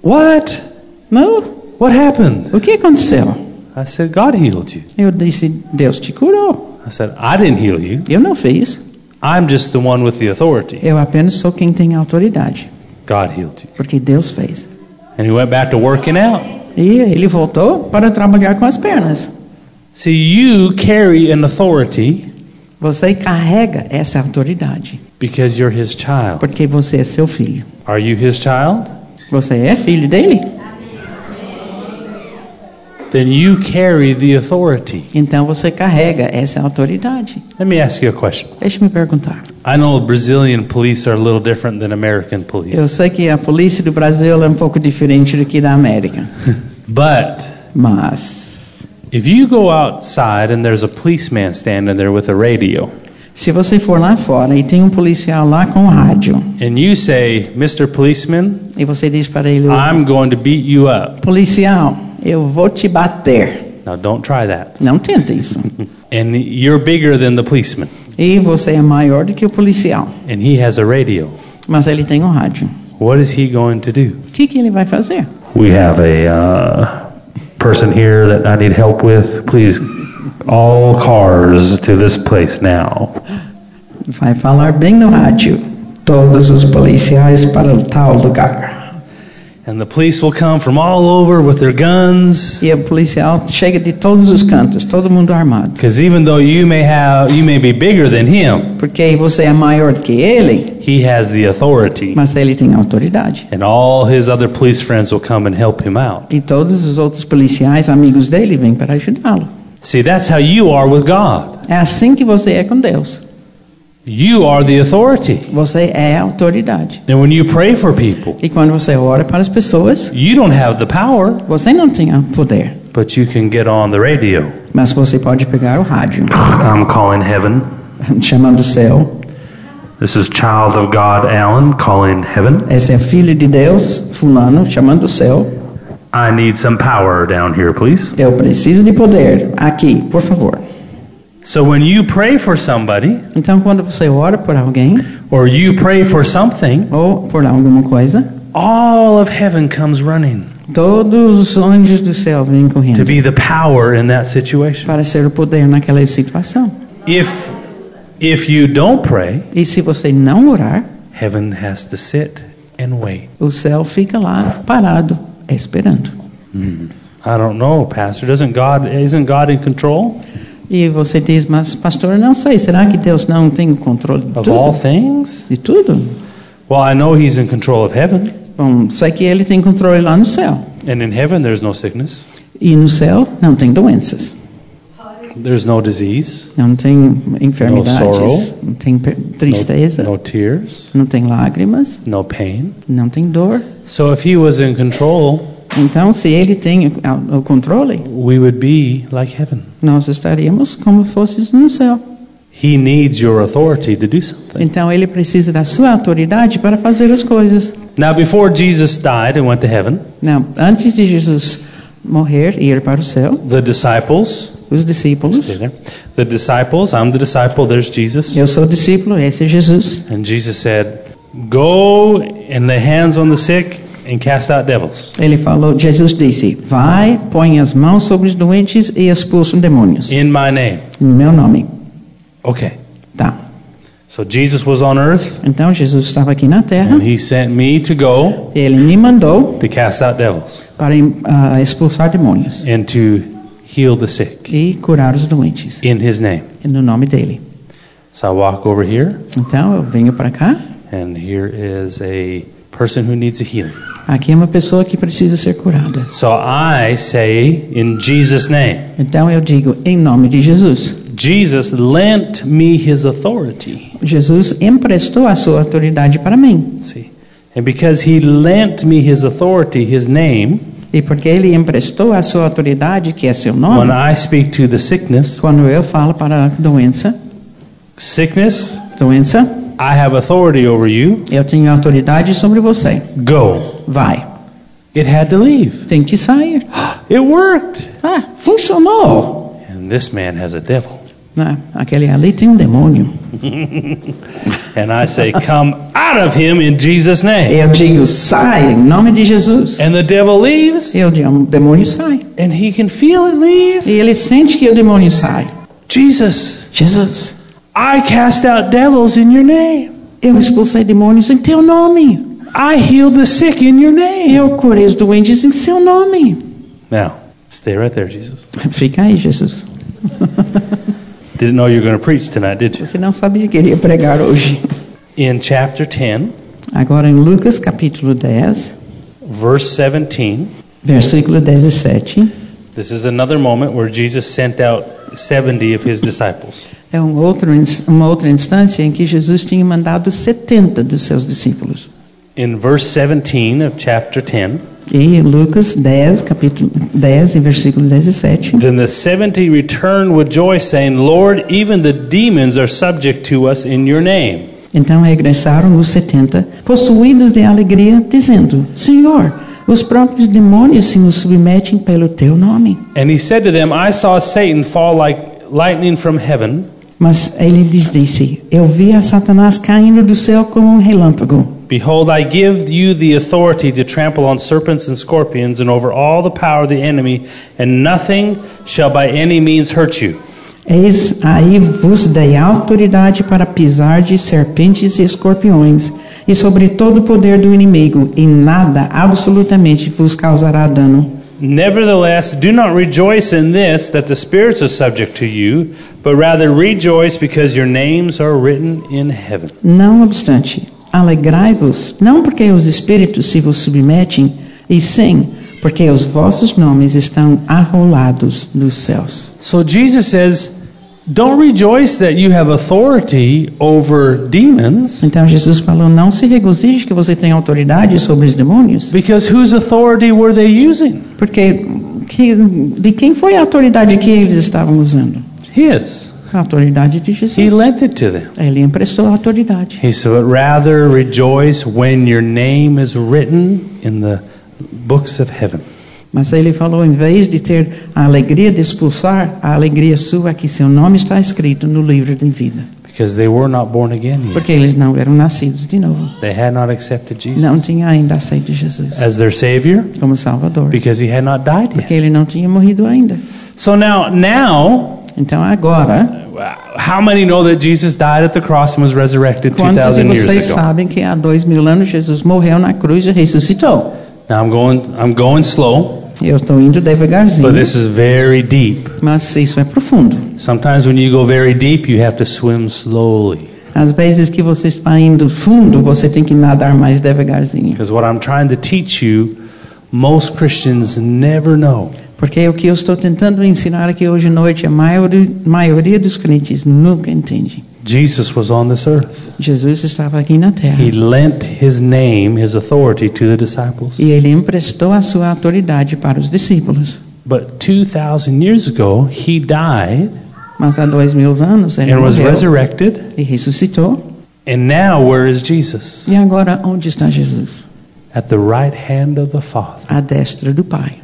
Speaker 1: What?
Speaker 2: Não,
Speaker 1: What happened?
Speaker 2: o que aconteceu?
Speaker 1: I said, God healed you.
Speaker 2: Eu disse: Deus te curou.
Speaker 1: I said, I didn't heal you.
Speaker 2: Eu não fiz.
Speaker 1: I'm just the one with the authority.
Speaker 2: Eu apenas sou quem tem autoridade,
Speaker 1: God healed you.
Speaker 2: porque Deus fez.
Speaker 1: And he went back to working out.
Speaker 2: E ele voltou para trabalhar com as pernas.
Speaker 1: See, you carry an authority
Speaker 2: Você carrega essa autoridade,
Speaker 1: because you're his child.
Speaker 2: porque você é seu filho.
Speaker 1: Are you his child?
Speaker 2: Você é filho dele,
Speaker 1: Then you carry the authority.
Speaker 2: então você carrega essa autoridade.
Speaker 1: Let me ask you a question.
Speaker 2: Deixe-me perguntar.
Speaker 1: I know Brazilian police are a little different than American
Speaker 2: Eu
Speaker 1: police,
Speaker 2: sei que a polícia do Brasil é um pouco diferente do que da América,
Speaker 1: but
Speaker 2: mas
Speaker 1: if you go outside and there's a policeman standing there with a radio,
Speaker 2: se você for lá fora e tem um policial lá com rádio
Speaker 1: and you say, "Mr. Policeman,
Speaker 2: e você diz para ele,
Speaker 1: I'm going to beat you up,"
Speaker 2: policial, eu vou te bater.
Speaker 1: now don't try that.
Speaker 2: Não tenta isso.
Speaker 1: And you're bigger than the policeman,
Speaker 2: E você é maior do que o policial,
Speaker 1: and he has a radio.
Speaker 2: mas ele tem um rádio.
Speaker 1: What is he going to do?
Speaker 2: O que, que ele vai fazer?
Speaker 1: We have a uh, person here that I need help with. Please, all cars to this place now.
Speaker 2: Vai falar bem no rádio. Todos os policiais para o tal lugar.
Speaker 1: And the police will come from all over with their guns.
Speaker 2: E o policial chega de todos os cantos, todo mundo armado.
Speaker 1: Because even though you may have, you may be bigger than him,
Speaker 2: Porque você é maior do que ele,
Speaker 1: he has the authority,
Speaker 2: mas ele tem autoridade.
Speaker 1: and all his other police friends will come and help him out.
Speaker 2: E todos os outros policiais, amigos dele, vêm para ajudá-lo.
Speaker 1: See, that's how you are with God.
Speaker 2: É assim que você é com Deus.
Speaker 1: You are the authority,
Speaker 2: Você é a autoridade.
Speaker 1: and when you pray for people,
Speaker 2: E quando você ora para as pessoas,
Speaker 1: you don't have the power,
Speaker 2: você não tem o poder,
Speaker 1: but you can get on the radio.
Speaker 2: mas você pode pegar o rádio,
Speaker 1: I'm calling heaven.
Speaker 2: chamando o céu.
Speaker 1: This is child of God, Alan, calling heaven.
Speaker 2: Esse é filho de Deus, fulano, chamando o céu.
Speaker 1: I need some power down here, please.
Speaker 2: Eu preciso de poder aqui, por favor.
Speaker 1: So when you pray for somebody,
Speaker 2: Então, quando você ora por alguém
Speaker 1: or you pray for something,
Speaker 2: ou por alguma coisa,
Speaker 1: all of heaven comes running
Speaker 2: todos os anjos do céu vêm
Speaker 1: to
Speaker 2: correndo
Speaker 1: be the power in that situation.
Speaker 2: para ser o poder naquela situação.
Speaker 1: If if you don't pray,
Speaker 2: E se você não orar,
Speaker 1: heaven has to sit and wait.
Speaker 2: o céu fica lá parado, esperando.
Speaker 1: I don't know, pastor. Doesn't God isn't God in control
Speaker 2: E você diz, mas pastor, não sei, será que Deus não tem o controle de
Speaker 1: of all
Speaker 2: tudo?
Speaker 1: things?
Speaker 2: De tudo?
Speaker 1: Well, I know he's in control of heaven,
Speaker 2: Bom, sei que ele tem controle lá no céu.
Speaker 1: and in heaven there's no sickness,
Speaker 2: E no céu não tem doenças,
Speaker 1: there's no disease,
Speaker 2: não tem enfermidades,
Speaker 1: sorrow.
Speaker 2: não tem pe-
Speaker 1: no-
Speaker 2: tristeza,
Speaker 1: no tears,
Speaker 2: não tem lágrimas,
Speaker 1: no pain.
Speaker 2: não tem dor.
Speaker 1: So if he was in control,
Speaker 2: Então, se ele tem o o controle,
Speaker 1: we would be like heaven.
Speaker 2: nós estaríamos como fôssemos no céu.
Speaker 1: He needs your authority to do something.
Speaker 2: Então, ele precisa da sua autoridade para fazer as coisas.
Speaker 1: Now, before Jesus died and went to heaven,
Speaker 2: Não, antes de Jesus morrer e ir para o céu,
Speaker 1: the disciples,
Speaker 2: os discípulos,
Speaker 1: stay there, the disciples, I'm the disciple, there's Jesus.
Speaker 2: eu sou discípulo, esse é Jesus.
Speaker 1: And Jesus said, Go and lay hands on the sick and cast out devils.
Speaker 2: Ele falou, Jesus disse, vai, põe as mãos sobre os doentes e expulsa os demônios.
Speaker 1: In my name.
Speaker 2: Em meu nome.
Speaker 1: Okay.
Speaker 2: Tá.
Speaker 1: So Jesus was on earth,
Speaker 2: Então Jesus estava aqui na terra,
Speaker 1: and he sent me to go
Speaker 2: ele me mandou
Speaker 1: to cast out devils
Speaker 2: para ah, expulsar demônios
Speaker 1: and to heal the sick
Speaker 2: e curar os doentes,
Speaker 1: in his name.
Speaker 2: no nome dele.
Speaker 1: So I walk over here.
Speaker 2: Então eu venho para cá
Speaker 1: And here is a person who needs a healing.
Speaker 2: Aqui é uma pessoa que precisa ser curada.
Speaker 1: So I say in Jesus' name,
Speaker 2: Então eu digo, em nome de Jesus.
Speaker 1: Jesus lent me his authority.
Speaker 2: Jesus emprestou a sua autoridade para mim.
Speaker 1: See, and because he lent me his authority, his name,
Speaker 2: E porque ele emprestou a sua autoridade, que é seu
Speaker 1: when
Speaker 2: nome,
Speaker 1: I speak to the sickness,
Speaker 2: quando eu falo para a doença,
Speaker 1: sickness,
Speaker 2: doença,
Speaker 1: I have authority over you.
Speaker 2: eu tenho autoridade sobre você.
Speaker 1: Go.
Speaker 2: Vai.
Speaker 1: It had to leave.
Speaker 2: Tem que sair.
Speaker 1: It worked.
Speaker 2: Ah, funcionou.
Speaker 1: And this man has a devil.
Speaker 2: Ah, aquele ali tem um demônio.
Speaker 1: And I say, come out of him in Jesus' name.
Speaker 2: Eu digo, sai, em nome de Jesus.
Speaker 1: And the devil leaves,
Speaker 2: E o de- o demônio sai.
Speaker 1: and he can feel it leave.
Speaker 2: E ele sente que o demônio sai.
Speaker 1: Jesus,
Speaker 2: Jesus,
Speaker 1: I cast out devils in your name.
Speaker 2: eu expulsei demônios em teu nome.
Speaker 1: I healed the sick in your name.
Speaker 2: Eu curei os doentes em seu nome.
Speaker 1: Now, stay right there, Jesus.
Speaker 2: Fica aí, Jesus.
Speaker 1: Didn't know you were going to preach tonight, did you?
Speaker 2: Você não sabia que ele ia pregar hoje.
Speaker 1: In chapter 10,
Speaker 2: Agora em Lucas capítulo 10,
Speaker 1: verse 17,
Speaker 2: versículo 17,
Speaker 1: this is another moment where Jesus sent out 70 of his disciples.
Speaker 2: é um outro, ins- uma outra instância em que Jesus tinha mandado 70 dos seus discípulos.
Speaker 1: In verse 17 of chapter 10,
Speaker 2: E em Lucas 10, capítulo 10, em versículo 17,
Speaker 1: then the 70 returned with joy, saying, Lord, even the demons are subject to us in your name.
Speaker 2: Então regressaram os setenta, possuídos de alegria, dizendo: Senhor, os próprios demônios se nos submetem pelo teu nome.
Speaker 1: And he said to them, I saw Satan fall like lightning from heaven.
Speaker 2: Mas ele lhes disse: Eu vi a Satanás caindo do céu como um relâmpago.
Speaker 1: Behold, I give you the authority to trample on serpents and scorpions and over all the power of the enemy, and nothing shall by any means hurt you.
Speaker 2: Eis aí vos dei autoridade para pisar de serpentes e escorpiões, e sobre todo o poder do inimigo, e nada absolutamente vos causará dano.
Speaker 1: Nevertheless, do not rejoice in this that the spirits are subject to you, but rather rejoice because your names are written in heaven.
Speaker 2: Não obstante, alegrai-vos, não porque os espíritos se vos submetem, e sim porque os vossos nomes estão arrolados nos céus.
Speaker 1: So Jesus says, Don't rejoice that you have authority over demons,
Speaker 2: Então Jesus falou: não se regozije que você tem autoridade sobre os demônios,
Speaker 1: because whose authority were they using?
Speaker 2: porque que, de quem foi a autoridade que eles estavam usando?
Speaker 1: His.
Speaker 2: A autoridade de
Speaker 1: He
Speaker 2: Jesus.
Speaker 1: lent it to them.
Speaker 2: Ele emprestou a autoridade.
Speaker 1: He said, but rather rejoice when your name is written in the books of heaven.
Speaker 2: Mas ele falou: em vez de ter a alegria de expulsar, a alegria sua é que seu nome está escrito no livro de vida,
Speaker 1: Because they were not born again yet.
Speaker 2: porque eles não eram nascidos de novo.
Speaker 1: They had not accepted Jesus É.
Speaker 2: não tinha ainda aceito Jesus
Speaker 1: as their Savior
Speaker 2: como Salvador,
Speaker 1: because he had not died yet.
Speaker 2: porque ele não tinha morrido ainda.
Speaker 1: So now, now,
Speaker 2: Então agora,
Speaker 1: how many know that Jesus died at the cross and was resurrected
Speaker 2: quantos
Speaker 1: 2,000
Speaker 2: de
Speaker 1: years
Speaker 2: vocês
Speaker 1: ago?
Speaker 2: sabem que há dois mil anos Jesus morreu na cruz e ressuscitou?
Speaker 1: Now I'm going, I'm going slow,
Speaker 2: Eu estou indo devagarzinho,
Speaker 1: but this is very deep.
Speaker 2: mas isso é profundo.
Speaker 1: Sometimes when you go very deep, you have to swim slowly.
Speaker 2: Às vezes que você está indo fundo, você tem que nadar mais devagarzinho,
Speaker 1: Because what I'm trying to teach you, most Christians never know.
Speaker 2: porque o que eu estou tentando ensinar aqui hoje à noite, a maioria, maioria dos crentes nunca entende.
Speaker 1: Jesus was on this earth.
Speaker 2: Jesus estava aqui na terra
Speaker 1: He lent his name, his authority to the disciples.
Speaker 2: e ele emprestou a sua autoridade para os discípulos.
Speaker 1: But 2,000 years ago, he died
Speaker 2: Mas há dois mil anos ele
Speaker 1: and was
Speaker 2: morreu
Speaker 1: resurrected.
Speaker 2: e ressuscitou.
Speaker 1: And now, where is Jesus?
Speaker 2: E agora onde está Jesus?
Speaker 1: At the right hand of the Father.
Speaker 2: À destra do Pai.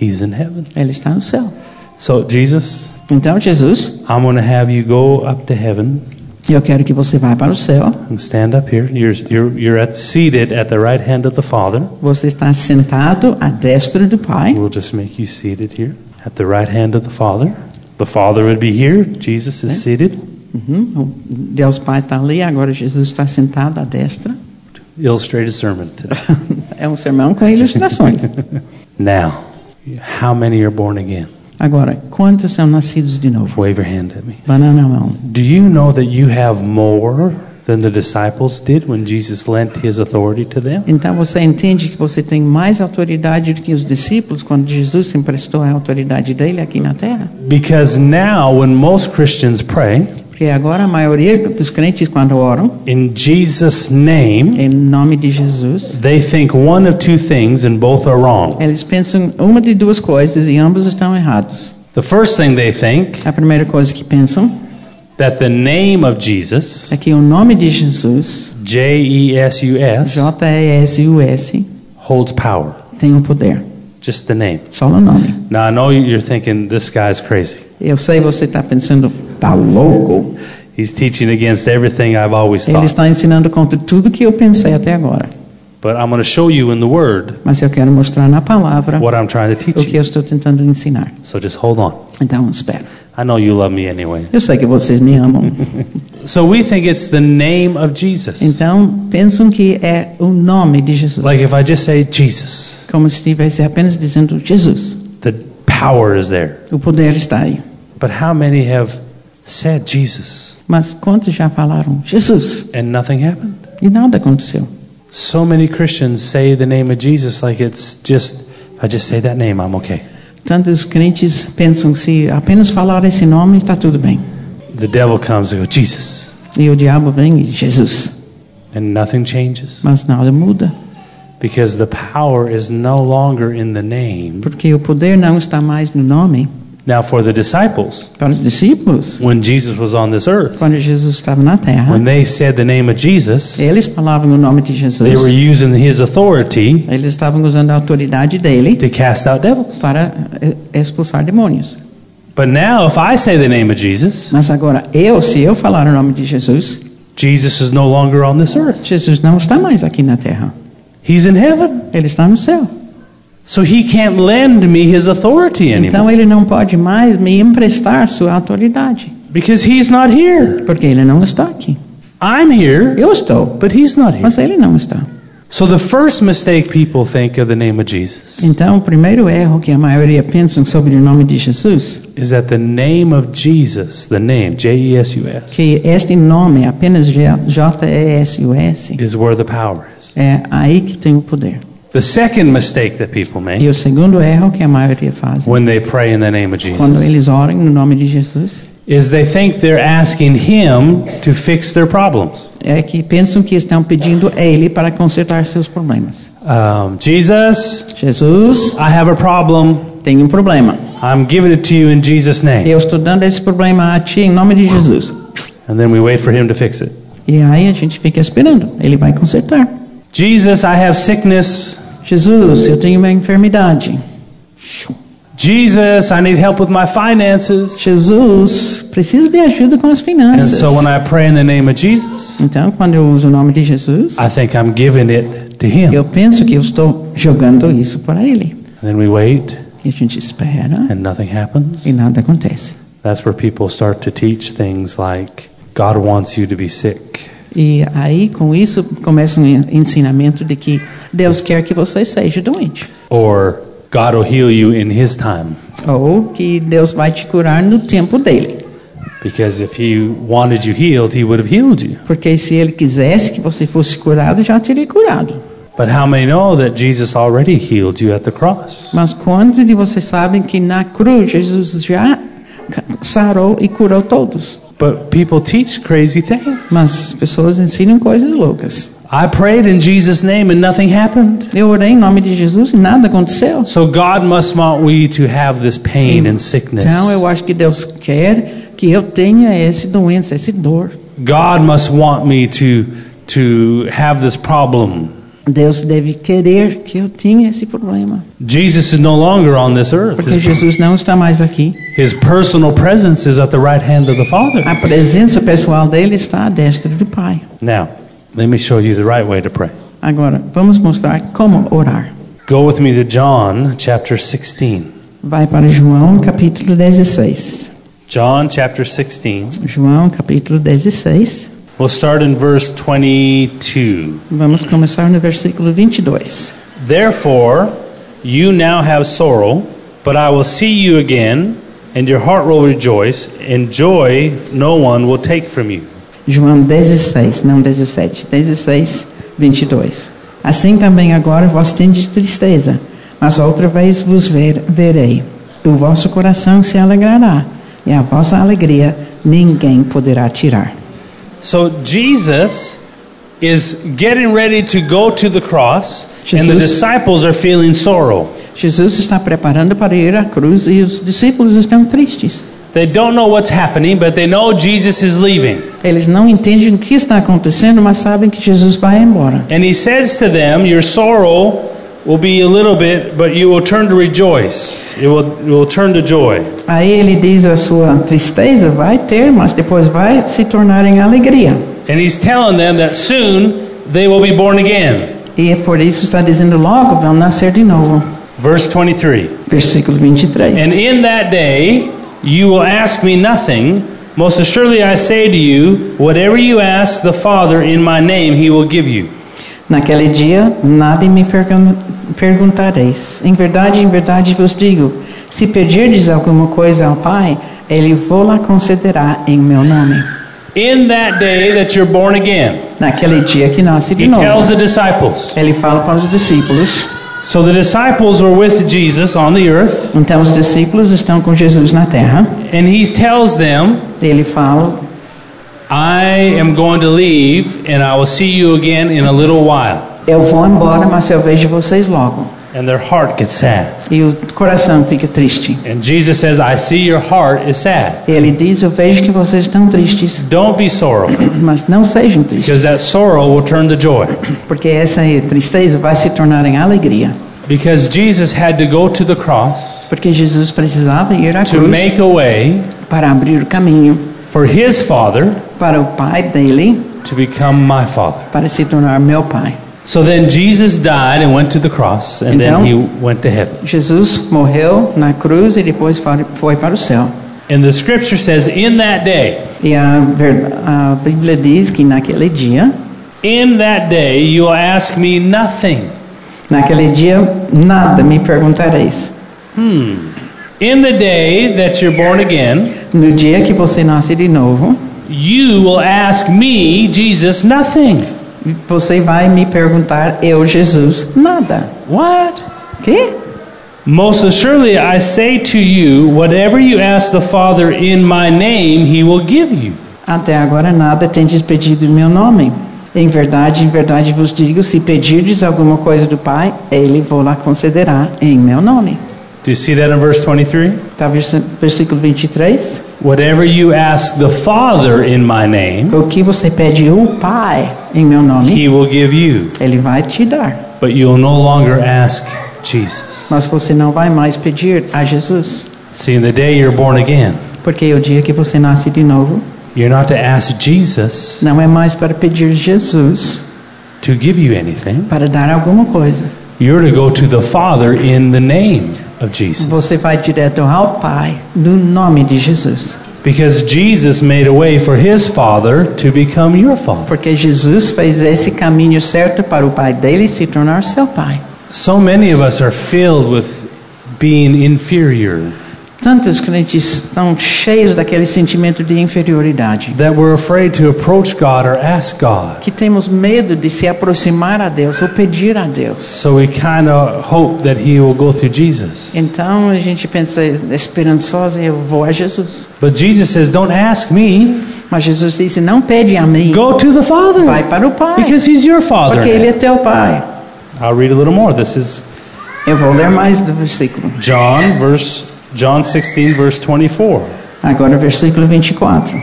Speaker 1: He's in heaven.
Speaker 2: Ele está no céu.
Speaker 1: So, Jesus,
Speaker 2: Então Jesus,
Speaker 1: I'm going to have you go up to heaven
Speaker 2: eu quero que você vá para o céu.
Speaker 1: and stand up here. You're, you're, you're at, seated at the right hand of the Father.
Speaker 2: Você está sentado à destra do Pai.
Speaker 1: We'll just make you seated here at the right hand of the Father. The Father would be here. Jesus is seated.
Speaker 2: Uhum. O Deus Pai está ali. Agora Jesus está sentado à destra.
Speaker 1: Illustrated sermon today.
Speaker 2: É um sermão com ilustrações.
Speaker 1: Now, how many are born again?
Speaker 2: Agora, quantos são nascidos de novo?
Speaker 1: Wave your hand at me.
Speaker 2: Banana mão.
Speaker 1: Do you know that you have more than the disciples did when Jesus lent his authority to them.
Speaker 2: Então você entende que você tem mais autoridade do que os discípulos quando Jesus emprestou a autoridade dele aqui na terra?
Speaker 1: Because now, when most Christians pray,
Speaker 2: Porque agora a maioria dos crentes quando oram
Speaker 1: in Jesus' name,
Speaker 2: em nome de Jesus,
Speaker 1: they think one of two things and both are wrong.
Speaker 2: eles pensam uma de duas coisas e ambos estão errados.
Speaker 1: The first thing they think,
Speaker 2: A primeira coisa que pensam
Speaker 1: that the name of Jesus,
Speaker 2: é que o nome de Jesus,
Speaker 1: J E S U S,
Speaker 2: J E S U S,
Speaker 1: holds power.
Speaker 2: tem o poder,
Speaker 1: Just the name.
Speaker 2: só no nome.
Speaker 1: Now, I know you're thinking this guy's crazy.
Speaker 2: Eu sei você está pensando, tá louco?
Speaker 1: He's teaching against everything I've always
Speaker 2: Ele
Speaker 1: thought.
Speaker 2: está ensinando contra tudo que eu pensei até agora.
Speaker 1: But I'm going to show you in the Word
Speaker 2: Mas eu quero mostrar na palavra
Speaker 1: what I'm trying to teach
Speaker 2: o que
Speaker 1: you.
Speaker 2: eu estou tentando ensinar.
Speaker 1: So just hold on.
Speaker 2: Então, espera.
Speaker 1: I know you love me anyway.
Speaker 2: Eu sei que vocês me amam.
Speaker 1: So we think it's the name of Jesus.
Speaker 2: Então, pensam que é o nome de Jesus.
Speaker 1: Like if I just say Jesus,
Speaker 2: Como se estivesse apenas dizendo Jesus.
Speaker 1: the power is there.
Speaker 2: O poder está aí.
Speaker 1: But how many have said Jesus
Speaker 2: Mas quantos já falaram Jesus?
Speaker 1: and nothing happened?
Speaker 2: E nada aconteceu.
Speaker 1: So many Christians say the name of Jesus like it's just, if I just say that name, I'm okay.
Speaker 2: Tantos crentes pensam se apenas falar esse nome está tudo bem.
Speaker 1: The devil comes and goes, Jesus.
Speaker 2: E o diabo vem e Jesus.
Speaker 1: And nothing changes
Speaker 2: Mas nada muda.
Speaker 1: because the power is no longer in the name.
Speaker 2: Porque o poder não está mais no nome.
Speaker 1: Now, for the disciples,
Speaker 2: Para os discípulos,
Speaker 1: when Jesus was on this earth,
Speaker 2: quando Jesus estava na terra,
Speaker 1: when they said the name of Jesus,
Speaker 2: eles falavam o nome de
Speaker 1: They were
Speaker 2: Jesus.
Speaker 1: using his authority
Speaker 2: Eles estavam usando a autoridade dele
Speaker 1: to cast out devils.
Speaker 2: para eh, expulsar demônios.
Speaker 1: But now, if I say the name of Jesus,
Speaker 2: Mas agora, eu, se eu falar o nome de Jesus,
Speaker 1: Jesus is no longer on this earth.
Speaker 2: Jesus não está mais aqui na terra.
Speaker 1: He's in heaven.
Speaker 2: Ele está no céu.
Speaker 1: So he can't lend me his authority anymore
Speaker 2: Então ele não pode mais me emprestar sua autoridade,
Speaker 1: because he's not here.
Speaker 2: porque ele não está aqui.
Speaker 1: I'm here,
Speaker 2: Eu estou,
Speaker 1: but he's not here.
Speaker 2: mas ele não está.
Speaker 1: So the first mistake people think of the name of Jesus
Speaker 2: Então, o primeiro erro que a maioria pensa sobre o nome de Jesus,
Speaker 1: is that the name of Jesus, the name, J E S U S,
Speaker 2: que este nome apenas J-E-S-U-S,
Speaker 1: is where the power is.
Speaker 2: é aí que tem o poder.
Speaker 1: The second mistake that people
Speaker 2: E
Speaker 1: make
Speaker 2: o segundo erro que a maioria faz,
Speaker 1: when they pray in the name of
Speaker 2: quando
Speaker 1: Jesus
Speaker 2: eles oram no nome de Jesus,
Speaker 1: is they think they're asking him to fix their problems.
Speaker 2: é que pensam que estão pedindo a ele para consertar seus problemas.
Speaker 1: Um, Jesus,
Speaker 2: Jesus
Speaker 1: I have a problem.
Speaker 2: tem um problema.
Speaker 1: I'm giving it to you in Jesus' name.
Speaker 2: Eu estou dando esse problema a ti em nome de Jesus.
Speaker 1: And then we wait for him to fix it.
Speaker 2: E aí a gente fica esperando, ele vai consertar.
Speaker 1: Jesus, I have sickness.
Speaker 2: Jesus, eu tenho uma enfermidade.
Speaker 1: Jesus, I need help with my finances.
Speaker 2: Jesus, preciso de ajuda com as
Speaker 1: And
Speaker 2: finanças.
Speaker 1: so when I pray in the name of Jesus,
Speaker 2: Então, quando eu uso o nome de Jesus,
Speaker 1: I think I'm giving it to him.
Speaker 2: eu penso que eu estou jogando isso para ele.
Speaker 1: And then we wait
Speaker 2: E a gente espera
Speaker 1: and nothing happens.
Speaker 2: e nada acontece.
Speaker 1: That's where people start to teach things like God wants you to be sick.
Speaker 2: E aí, com isso, começa um ensinamento de que Deus quer que você seja doente.
Speaker 1: Or God will heal you in his time.
Speaker 2: Ou que Deus vai te curar no tempo dele.
Speaker 1: Because if he wanted you healed, he would have healed you.
Speaker 2: Porque se ele quisesse que você fosse curado, já teria curado.
Speaker 1: But how many know that Jesus already healed you at the cross?
Speaker 2: Mas quantos de vocês sabem que na cruz Jesus já sarou e curou todos?
Speaker 1: But people teach crazy things.
Speaker 2: Mas as pessoas ensinam coisas loucas.
Speaker 1: I prayed in Jesus' name and nothing happened.
Speaker 2: Eu orei em nome de Jesus e nada aconteceu.
Speaker 1: So God must want we to have this pain and
Speaker 2: Então
Speaker 1: sickness.
Speaker 2: eu acho que Deus quer que eu tenha essa doença, essa dor.
Speaker 1: God must want me to to have this problem.
Speaker 2: Deus deve querer que eu tenha esse problema.
Speaker 1: Jesus is no longer on this earth.
Speaker 2: Porque
Speaker 1: His,
Speaker 2: Jesus não está mais aqui.
Speaker 1: his personal presence is at the right hand of the Father.
Speaker 2: A presença pessoal dele está à destra do Pai.
Speaker 1: Now, let me show you the right way to pray.
Speaker 2: Agora, vamos mostrar como orar.
Speaker 1: Go with me to John chapter 16.
Speaker 2: Vai para João capítulo 16.
Speaker 1: John chapter 16.
Speaker 2: João capítulo 16.
Speaker 1: We'll start in verse 22.
Speaker 2: Vamos começar no versículo 22.
Speaker 1: Therefore, you now have sorrow, but I will see you again, and your heart will rejoice, and joy no one will take from you.
Speaker 2: João 16, não 17, 16, 22. Assim também agora vós tendes tristeza, mas outra vez vos ver- verei. O vosso coração se alegrará, e a vossa alegria ninguém poderá tirar.
Speaker 1: So Jesus is getting ready to go to the cross, and the
Speaker 2: Jesus.
Speaker 1: disciples are feeling sorrow.
Speaker 2: Jesus está preparando para ir à cruz e os discípulos estão tristes.
Speaker 1: They don't know what's happening, but they know Jesus is leaving.
Speaker 2: Eles não entendem o que está acontecendo, mas sabem que Jesus vai embora.
Speaker 1: And he says to them, Your sorrow will be a little bit, but you will turn to rejoice. It will, it will turn to joy.
Speaker 2: Aí ele diz a sua tristeza vai ter, mas depois vai se tornar em alegria.
Speaker 1: And he's telling them that soon they will be born again.
Speaker 2: E é por isso está dizendo logo vão nascer de novo.
Speaker 1: Verse 23.
Speaker 2: Versículo 23.
Speaker 1: And in that day you will ask me nothing. Most assuredly I say to you, whatever you ask the Father in my name, he will give you.
Speaker 2: Naquele dia nada me pergun- perguntareis. Em verdade, em verdade vos digo, se pedirdes alguma coisa ao Pai, ele vou-la concederá em meu nome.
Speaker 1: In that day that you're born again,
Speaker 2: Naquele dia que nasce de
Speaker 1: he tells
Speaker 2: novo.
Speaker 1: the disciples.
Speaker 2: Ele fala para os discípulos.
Speaker 1: So the disciples were with Jesus on the earth,
Speaker 2: Então os discípulos estão com Jesus na terra.
Speaker 1: and he tells them,
Speaker 2: Ele fala
Speaker 1: I am going to leave and I will see you again in a little while.
Speaker 2: Eu vou embora, mas eu vejo vocês logo.
Speaker 1: And their heart gets sad.
Speaker 2: E o coração fica triste.
Speaker 1: And Jesus says, I see your heart is sad.
Speaker 2: Ele diz: Eu vejo que vocês estão tristes,
Speaker 1: Don't be sorrowful,
Speaker 2: mas não sejam
Speaker 1: because
Speaker 2: tristes,
Speaker 1: that sorrow will turn to joy.
Speaker 2: porque essa tristeza vai se tornar em alegria.
Speaker 1: Because Jesus had to go to the cross
Speaker 2: Porque Jesus precisava ir à
Speaker 1: to
Speaker 2: cruz
Speaker 1: make a way
Speaker 2: para abrir o caminho
Speaker 1: for his father
Speaker 2: para o Pai dele,
Speaker 1: to become my father.
Speaker 2: para se tornar meu Pai.
Speaker 1: So then Jesus died and went to the cross, and then
Speaker 2: Então-
Speaker 1: he went to heaven.
Speaker 2: Jesus morreu na cruz e depois fa- foi para o céu.
Speaker 1: And the scripture says, In that day,
Speaker 2: E a, ver- a Bíblia diz que naquele dia,
Speaker 1: in that day, you will ask me nothing.
Speaker 2: naquele dia, nada me perguntareis.
Speaker 1: In the day that you're born again,
Speaker 2: No dia que você nasce de novo,
Speaker 1: you will ask me, Jesus, nothing.
Speaker 2: Você vai me perguntar, eu, Jesus, nada.
Speaker 1: What?
Speaker 2: Que?
Speaker 1: Most assuredly, I say to you, whatever you ask the Father in my name, he will give you.
Speaker 2: Até agora nada tendes pedido em meu nome. Em verdade, em verdade vos digo, se pedirdes alguma coisa do Pai, Ele vou lá concederá em meu nome.
Speaker 1: Do you see that in verse 23?
Speaker 2: Está vers- versículo 23.
Speaker 1: Whatever you ask the Father in my name,
Speaker 2: O que você pede o Pai em meu nome,
Speaker 1: he will give you.
Speaker 2: Ele vai te dar.
Speaker 1: But you'll no longer ask Jesus.
Speaker 2: Mas você não vai mais pedir a Jesus.
Speaker 1: See, in the day you're born again,
Speaker 2: Porque o dia que você nasce de novo,
Speaker 1: you're not to ask Jesus
Speaker 2: não é mais para pedir Jesus
Speaker 1: to give you anything.
Speaker 2: para dar alguma coisa.
Speaker 1: You're to go to the Father in the name of Jesus.
Speaker 2: Você vai direto ao Pai, no nome de Jesus.
Speaker 1: Because Jesus made a way for his Father to become your Father.
Speaker 2: Porque Jesus fez esse caminho certo para o Pai dele se tornar seu Pai.
Speaker 1: So many of us are filled with being inferior
Speaker 2: Tantos crentes estão cheios daquele sentimento de inferioridade,
Speaker 1: that we're afraid to approach God or ask God.
Speaker 2: que temos medo de se aproximar a Deus ou pedir a Deus.
Speaker 1: So we kind of hope that he will go through Jesus.
Speaker 2: Então a gente pensa esperançosa, eu vou a Jesus.
Speaker 1: But Jesus says, Don't ask me,
Speaker 2: Mas Jesus disse: não pede a mim,
Speaker 1: go to the Father.
Speaker 2: vai para o Pai,
Speaker 1: Because he's your Father.
Speaker 2: porque Ele é teu Pai.
Speaker 1: I'll read a little more. This is
Speaker 2: Eu vou ler mais do versículo.
Speaker 1: John, verse, John 16, verse 24.
Speaker 2: Agora, versículo 24.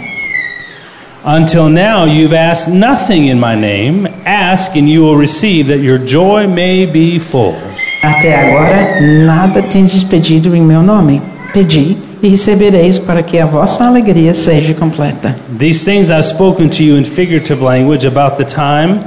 Speaker 1: Until now, you've asked nothing in my name. Ask and you will receive, that your joy may be full.
Speaker 2: Até agora nada tendes pedido em meu nome. Pedi e recebereis para que a vossa alegria seja completa.
Speaker 1: These things I've spoken to you in figurative language about the time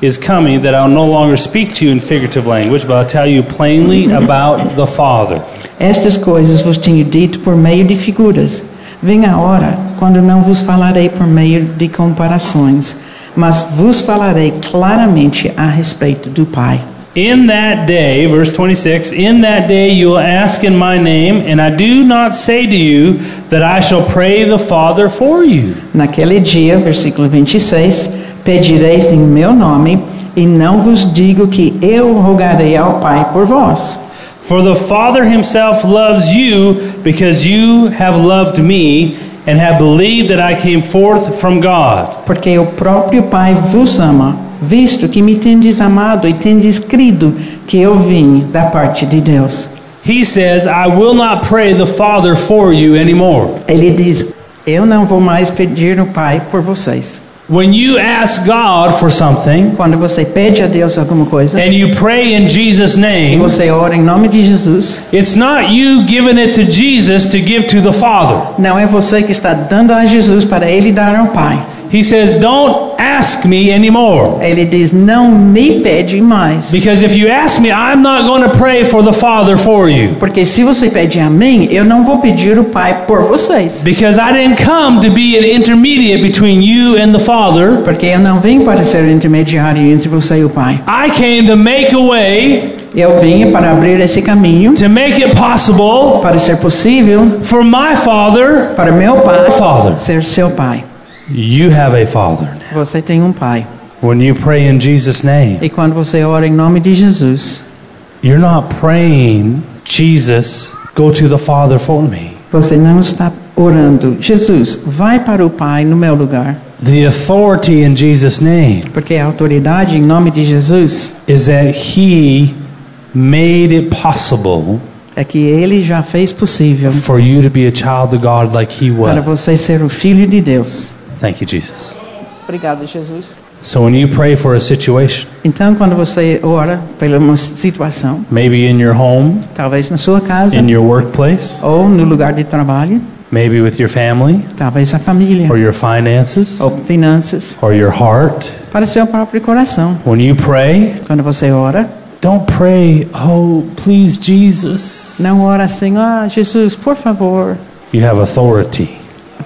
Speaker 1: is coming that I'll no longer speak to you in figurative language, but I'll tell you plainly about the Father.
Speaker 2: Estas coisas vos tenho dito por meio de figuras. Vem a hora quando não vos falarei por meio de comparações, mas vos falarei claramente a respeito do Pai.
Speaker 1: In that day, verse 26, in that day you will ask in my name, and I do not say to you that I shall pray the Father for you.
Speaker 2: Naquele dia, versículo 26, pedireis em meu nome, e não vos digo que eu rogarei ao Pai por vós.
Speaker 1: For the Father himself loves you because you have loved me and have believed that I came forth from God.
Speaker 2: Porque o próprio Pai vos ama, visto que me tendes amado e tendes crido que eu vim da parte de Deus.
Speaker 1: He says, I will not pray the Father for you anymore.
Speaker 2: Ele diz: Eu não vou mais pedir o Pai por vocês.
Speaker 1: When you ask God for something
Speaker 2: Quando você pede a Deus alguma coisa,
Speaker 1: and you pray in Jesus'
Speaker 2: e
Speaker 1: name,
Speaker 2: você ora em nome de Jesus,
Speaker 1: it's not you giving it to Jesus to give to the Father.
Speaker 2: não é você que está dando a Jesus para ele dar ao Pai.
Speaker 1: He says, Don't ask me anymore.
Speaker 2: Ele diz: Não me pede mais.
Speaker 1: Because if you ask me, I'm not going to pray for the Father for you.
Speaker 2: Porque se você pede a mim, eu não vou pedir o Pai por vocês.
Speaker 1: Because I didn't come to be an intermediate between you and the Father.
Speaker 2: Porque eu não vim para ser o intermediário entre você e o Pai.
Speaker 1: I came to make a way,
Speaker 2: Eu vim para abrir esse caminho,
Speaker 1: to make it possible
Speaker 2: para ser possível
Speaker 1: for my Father.
Speaker 2: para meu Pai
Speaker 1: Father.
Speaker 2: ser seu Pai.
Speaker 1: You have a Father.
Speaker 2: Você tem um Pai.
Speaker 1: When you pray in Jesus' name,
Speaker 2: E quando você ora em nome de Jesus,
Speaker 1: you're not praying, Jesus, go to the Father for me.
Speaker 2: você não está orando. Jesus, vai para o Pai no meu lugar.
Speaker 1: The authority in Jesus' name
Speaker 2: Porque a autoridade em nome de Jesus
Speaker 1: is that He made it possible
Speaker 2: é que Ele já fez possível
Speaker 1: for you to be a child of God like He
Speaker 2: para
Speaker 1: was.
Speaker 2: você ser o Filho de Deus.
Speaker 1: Thank you, Jesus.
Speaker 2: Obrigado, Jesus.
Speaker 1: So when you pray for a situation,
Speaker 2: Então, quando você ora pela uma situação,
Speaker 1: maybe in your home,
Speaker 2: talvez na sua casa,
Speaker 1: in your workplace,
Speaker 2: ou no lugar de trabalho,
Speaker 1: maybe with your family,
Speaker 2: talvez a família,
Speaker 1: or your finances,
Speaker 2: ou finanças,
Speaker 1: or your heart,
Speaker 2: para seu próprio coração.
Speaker 1: when you pray,
Speaker 2: Quando você ora,
Speaker 1: don't pray, oh, please, Jesus.
Speaker 2: não ora assim, ah, Jesus, por favor, É
Speaker 1: You have authority.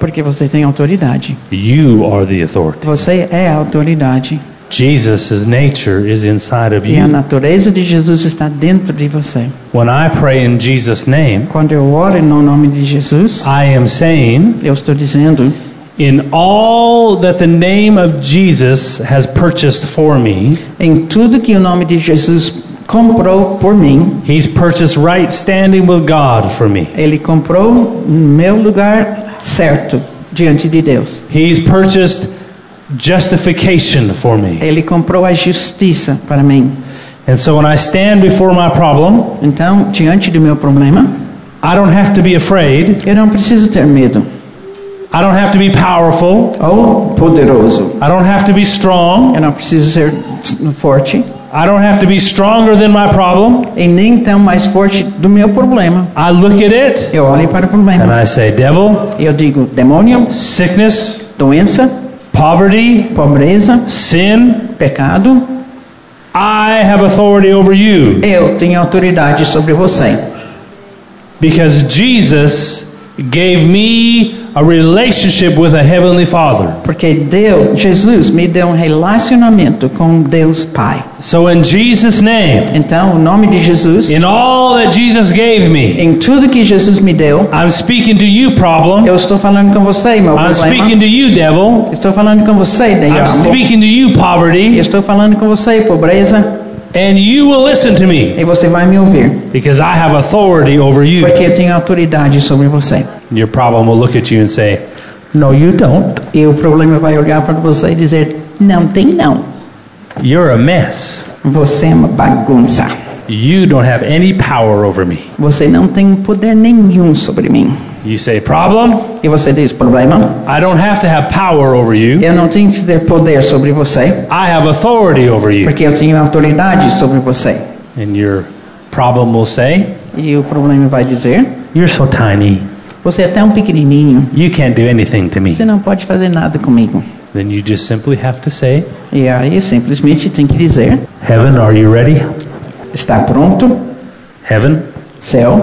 Speaker 2: porque você tem autoridade.
Speaker 1: You are the authority.
Speaker 2: Você é a autoridade.
Speaker 1: Jesus' nature is inside of
Speaker 2: E a
Speaker 1: you.
Speaker 2: natureza de Jesus está dentro de você.
Speaker 1: When I pray in Jesus' name,
Speaker 2: Quando eu oro no nome de Jesus,
Speaker 1: I am saying,
Speaker 2: eu estou dizendo,
Speaker 1: in all that the name of Jesus has purchased for me,
Speaker 2: em tudo que o nome de Jesus comprou por mim,
Speaker 1: He's purchased right standing with God for me.
Speaker 2: Ele comprou meu lugar certo diante de Deus.
Speaker 1: He's purchased justification for me.
Speaker 2: Ele comprou a justiça para mim.
Speaker 1: And so when I stand before my problem,
Speaker 2: Então, diante do meu problema,
Speaker 1: I don't have to be afraid.
Speaker 2: eu não preciso ter medo
Speaker 1: I don't have to be powerful.
Speaker 2: ou poderoso.
Speaker 1: I don't have to be strong.
Speaker 2: Eu não preciso ser forte
Speaker 1: I don't have to be stronger than my problem.
Speaker 2: e nem tão mais forte do meu problema.
Speaker 1: I look at it
Speaker 2: Eu olho para o
Speaker 1: and
Speaker 2: problema.
Speaker 1: I say, Devil,
Speaker 2: Eu digo demônio,
Speaker 1: sickness,
Speaker 2: doença,
Speaker 1: poverty,
Speaker 2: pobreza,
Speaker 1: sin,
Speaker 2: pecado.
Speaker 1: I have authority over you
Speaker 2: Eu tenho autoridade sobre você,
Speaker 1: because Jesus gave me a relationship with a heavenly Father.
Speaker 2: porque Deus, Jesus me deu um relacionamento com Deus Pai.
Speaker 1: So in Jesus' name,
Speaker 2: Então, o nome de Jesus,
Speaker 1: in all that Jesus gave me,
Speaker 2: em tudo que Jesus me deu,
Speaker 1: I'm speaking to you, problem.
Speaker 2: eu estou falando com você, meu
Speaker 1: I'm speaking
Speaker 2: problema.
Speaker 1: to you, devil.
Speaker 2: Estou falando com você,
Speaker 1: I'm
Speaker 2: diabo.
Speaker 1: speaking to you,
Speaker 2: Eu
Speaker 1: poverty.
Speaker 2: Estou falando com você, pobreza,
Speaker 1: And you will listen to me
Speaker 2: e você vai me ouvir,
Speaker 1: because I have authority over you.
Speaker 2: porque eu tenho autoridade sobre você.
Speaker 1: Your problem will look at you and say, No, you don't.
Speaker 2: E o problema vai olhar para você e dizer: não tem não.
Speaker 1: You're a mess.
Speaker 2: Você é uma bagunça.
Speaker 1: You don't have any power over me.
Speaker 2: Você não tem poder nenhum sobre mim.
Speaker 1: You say, Problem,
Speaker 2: E você diz: problema,
Speaker 1: I don't have to have power over you.
Speaker 2: eu não tenho que ter poder sobre você,
Speaker 1: I have authority over you.
Speaker 2: porque eu tenho autoridade sobre você.
Speaker 1: And your problem will say,
Speaker 2: E o problema vai dizer:
Speaker 1: You're so tiny.
Speaker 2: você é tão pequenininho,
Speaker 1: You can't do anything to me.
Speaker 2: você não pode fazer nada comigo.
Speaker 1: Then you just simply have to say,
Speaker 2: E aí simplesmente tem que dizer:
Speaker 1: Heaven, are you ready?
Speaker 2: está pronto,
Speaker 1: Heaven,
Speaker 2: céu,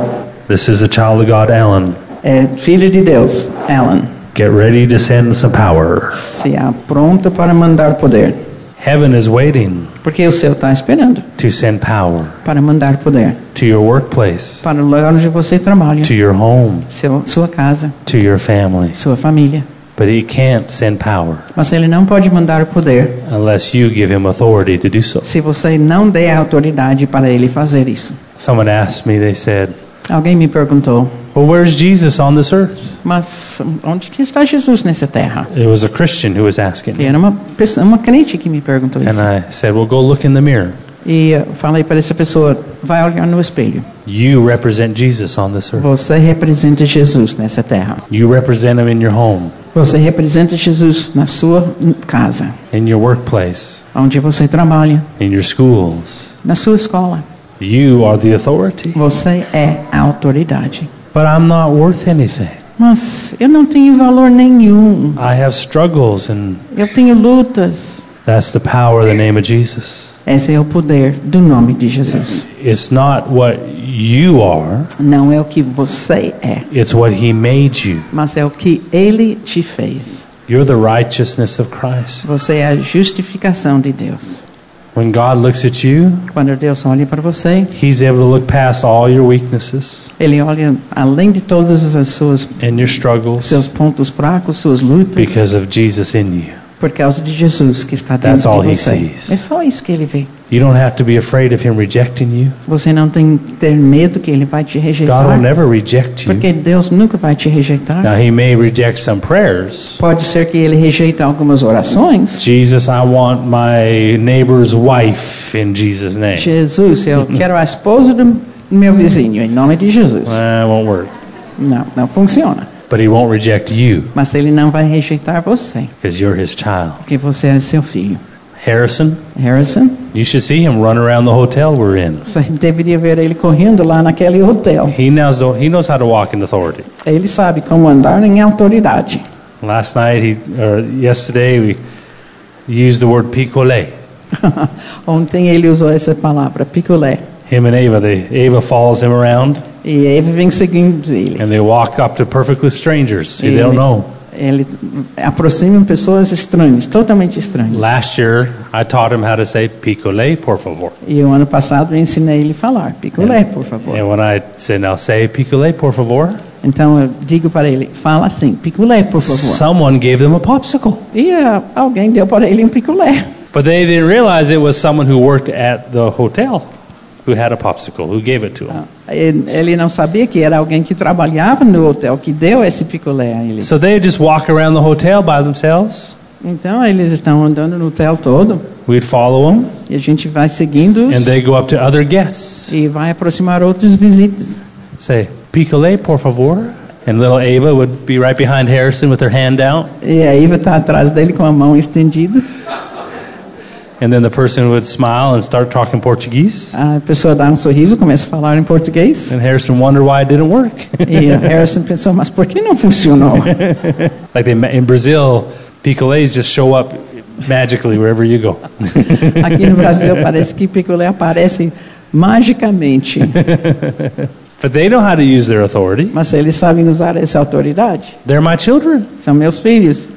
Speaker 1: this is the child of God, Alan.
Speaker 2: é filho de Deus, Alan,
Speaker 1: Get ready to send some power.
Speaker 2: se apronta para mandar poder.
Speaker 1: Heaven is waiting
Speaker 2: porque o céu está esperando
Speaker 1: to send power
Speaker 2: para mandar poder
Speaker 1: to your workplace,
Speaker 2: para o lugar onde você trabalha,
Speaker 1: to your home,
Speaker 2: seu, sua casa,
Speaker 1: to your family.
Speaker 2: sua família.
Speaker 1: But he can't send power
Speaker 2: Mas ele não pode mandar poder
Speaker 1: unless you give him authority to do so.
Speaker 2: se você não der a autoridade para ele fazer isso.
Speaker 1: Someone asked me, they said,
Speaker 2: Alguém me perguntou,
Speaker 1: Well, where's Jesus on this earth?
Speaker 2: mas onde que está Jesus nessa terra?
Speaker 1: It was a Christian who was asking
Speaker 2: E
Speaker 1: me.
Speaker 2: era uma pessoa, uma crente que me perguntou
Speaker 1: And
Speaker 2: isso.
Speaker 1: I said, Well, go look in the mirror.
Speaker 2: E eu falei para essa pessoa, vai olhar no espelho.
Speaker 1: You represent Jesus on this earth.
Speaker 2: Você representa Jesus nessa terra.
Speaker 1: You represent him in your home,
Speaker 2: Você representa Jesus na sua casa,
Speaker 1: in your workplace,
Speaker 2: onde você trabalha,
Speaker 1: in your schools.
Speaker 2: na sua escola.
Speaker 1: You are the authority.
Speaker 2: Você é a autoridade.
Speaker 1: But I'm not worth anything.
Speaker 2: Mas eu não tenho valor nenhum.
Speaker 1: I have struggles, and
Speaker 2: Eu tenho lutas.
Speaker 1: that's the power of the name of Jesus.
Speaker 2: Esse é o poder do nome de Jesus.
Speaker 1: It's not what you are,
Speaker 2: Não é o que você é,
Speaker 1: it's what He made you.
Speaker 2: mas é o que ele te fez.
Speaker 1: You're the righteousness of Christ.
Speaker 2: Você é a justificação de Deus.
Speaker 1: When God looks at you,
Speaker 2: Quando Deus olha para você,
Speaker 1: He's able to look past all your weaknesses
Speaker 2: ele olha além de todos as suas
Speaker 1: and your struggles
Speaker 2: seus pontos fracos, suas lutas,
Speaker 1: because of Jesus in you.
Speaker 2: por causa de Jesus que está
Speaker 1: That's
Speaker 2: dentro
Speaker 1: all
Speaker 2: de
Speaker 1: he
Speaker 2: você.
Speaker 1: sees.
Speaker 2: É só isso que ele vê.
Speaker 1: You don't have to be afraid of Him rejecting you.
Speaker 2: Você não tem que ter medo que ele vai te
Speaker 1: God
Speaker 2: rejeitar,
Speaker 1: will never reject you.
Speaker 2: porque Deus nunca vai te rejeitar.
Speaker 1: Now, He may reject some prayers.
Speaker 2: Pode ser que ele rejeite algumas orações.
Speaker 1: Jesus, I want my neighbor's wife in Jesus' name.
Speaker 2: Jesus, eu quero a esposa do meu vizinho, em nome de Jesus.
Speaker 1: That won't work.
Speaker 2: Não, não funciona.
Speaker 1: But he won't reject you
Speaker 2: Mas ele não vai rejeitar você,
Speaker 1: because you're his child.
Speaker 2: porque você é seu filho.
Speaker 1: Harrison,
Speaker 2: Harrison,
Speaker 1: you should see him run around the hotel we're in.
Speaker 2: você deveria ver ele correndo lá naquele hotel.
Speaker 1: He knows, he knows how to walk in authority.
Speaker 2: Ele sabe como andar em autoridade.
Speaker 1: Last night, he, or yesterday, we used the word picolé.
Speaker 2: Ontem ele usou essa palavra, picolé.
Speaker 1: Him and Ava, they, Ava follows him around
Speaker 2: E Eve vem seguindo ele.
Speaker 1: and they walk up to perfectly strangers who they don't
Speaker 2: Mm.
Speaker 1: know.
Speaker 2: Ele aproxima pessoas estranhas, totalmente estranhas.
Speaker 1: Last year, I taught him how to say picolé, por favor.
Speaker 2: E o ano passado eu ensinei ele a falar, picolé, por favor.
Speaker 1: And when I say, now say picolé, por favor,
Speaker 2: Então eu digo para ele, fala assim, picolé, por favor.
Speaker 1: someone gave them a popsicle.
Speaker 2: E ah, alguém deu para ele um picolé.
Speaker 1: But they didn't realize it was someone who worked at the hotel who had a popsicle, who gave it to him.
Speaker 2: Oh. Ele ele não sabia que era alguém que trabalhava no hotel que deu esse picolé a ele.
Speaker 1: So they just walk around the hotel by themselves.
Speaker 2: Então eles estão andando no hotel todo
Speaker 1: We'd follow them,
Speaker 2: e a gente vai seguindo
Speaker 1: and they go up to other guests,
Speaker 2: e vai aproximar outros visitas.
Speaker 1: say, Picolé, por favor. And little Ava would be right behind Harrison with her hand out.
Speaker 2: E a Iva está atrás dele com a mão estendida.
Speaker 1: And then the person would smile and start talking Portuguese.
Speaker 2: A pessoa dá um sorriso, começa a falar em português.
Speaker 1: And Harrison wondered why it didn't work.
Speaker 2: E a Harrison pensou, mas por que não funcionou?
Speaker 1: like they, in Brazil, picolés just show up magically wherever you go.
Speaker 2: Aqui no Brasil parece que picolé aparece magicamente,
Speaker 1: But they know how to use their authority.
Speaker 2: mas eles sabem usar essa autoridade.
Speaker 1: They're my children.
Speaker 2: São meus filhos.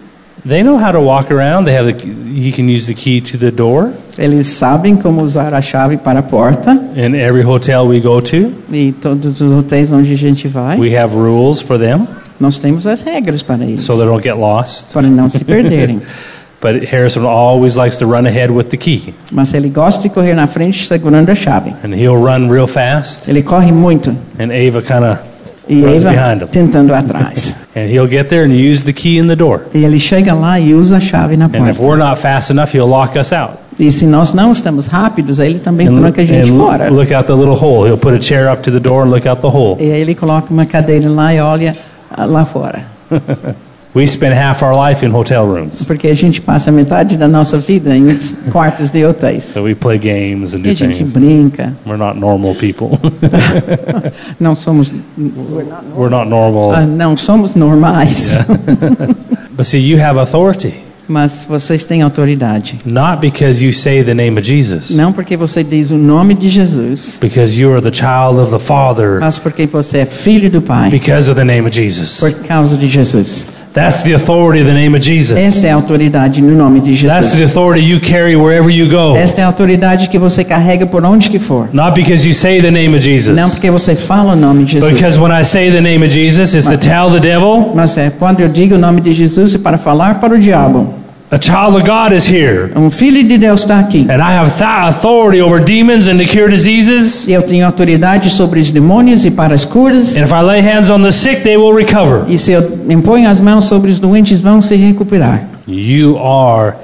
Speaker 1: They know how to walk around. They have the, he can use the key to the door
Speaker 2: Eles sabem como usar a chave para a porta
Speaker 1: in every hotel we go to.
Speaker 2: e todos os hotéis onde a gente vai,
Speaker 1: We have rules for them
Speaker 2: nós temos as regras para eles,
Speaker 1: so they don't get lost.
Speaker 2: para não se perderem.
Speaker 1: But Harrison always likes to run ahead with the key,
Speaker 2: Mas ele gosta de correr na frente segurando a chave.
Speaker 1: and he'll run real fast,
Speaker 2: Ele corre muito
Speaker 1: and Ava kind of,
Speaker 2: e
Speaker 1: Runs behind
Speaker 2: Eva
Speaker 1: him.
Speaker 2: tentando atrás.
Speaker 1: and he'll get there and use the key in the door.
Speaker 2: E ele chega lá e usa a chave na
Speaker 1: And if
Speaker 2: porta.
Speaker 1: we're not fast enough, he'll lock us out.
Speaker 2: E se nós não estamos rápidos, ele também
Speaker 1: And,
Speaker 2: tranca a gente
Speaker 1: and
Speaker 2: fora.
Speaker 1: look out the little hole. He'll put a chair up to the door and look out the hole.
Speaker 2: E aí ele coloca uma cadeira lá e olha ah, lá fora.
Speaker 1: We spend half our life in hotel rooms,
Speaker 2: Porque a gente passa metade da nossa vida em s- quartos de hotéis.
Speaker 1: so we play games and
Speaker 2: E
Speaker 1: do
Speaker 2: a gente
Speaker 1: things.
Speaker 2: brinca.
Speaker 1: We're not normal people.
Speaker 2: Não somos,
Speaker 1: We're not normal.
Speaker 2: ah, não somos normais.
Speaker 1: But see, you have authority,
Speaker 2: Mas vocês têm autoridade.
Speaker 1: not because you say the name of Jesus,
Speaker 2: Não porque você diz o nome de Jesus,
Speaker 1: because you are the child of the Father
Speaker 2: Oh, mas porque você é filho do Pai.
Speaker 1: because of the name of Jesus.
Speaker 2: Por causa de Jesus.
Speaker 1: That's the authority of the name of Jesus.
Speaker 2: Esta é a autoridade no nome de
Speaker 1: That's the
Speaker 2: Jesus.
Speaker 1: authority you carry wherever you go.
Speaker 2: Esta é a autoridade que você carrega por onde que for.
Speaker 1: Not because you say the name of
Speaker 2: Não
Speaker 1: Jesus. Então,
Speaker 2: porque você fala o nome de Jesus.
Speaker 1: Because when I say the name of Jesus, it's to tell the devil,
Speaker 2: Mas é quando eu digo o nome de Jesus é para falar para o diabo.
Speaker 1: a child of God is here.
Speaker 2: Um filho de Deus está aqui.
Speaker 1: And I have th- authority over demons and to cure diseases.
Speaker 2: Eu tenho autoridade sobre os demônios e para as curas.
Speaker 1: And if I lay hands on the sick, they will recover.
Speaker 2: E se eu imponho as mãos sobre os doentes, vão se recuperar.
Speaker 1: You are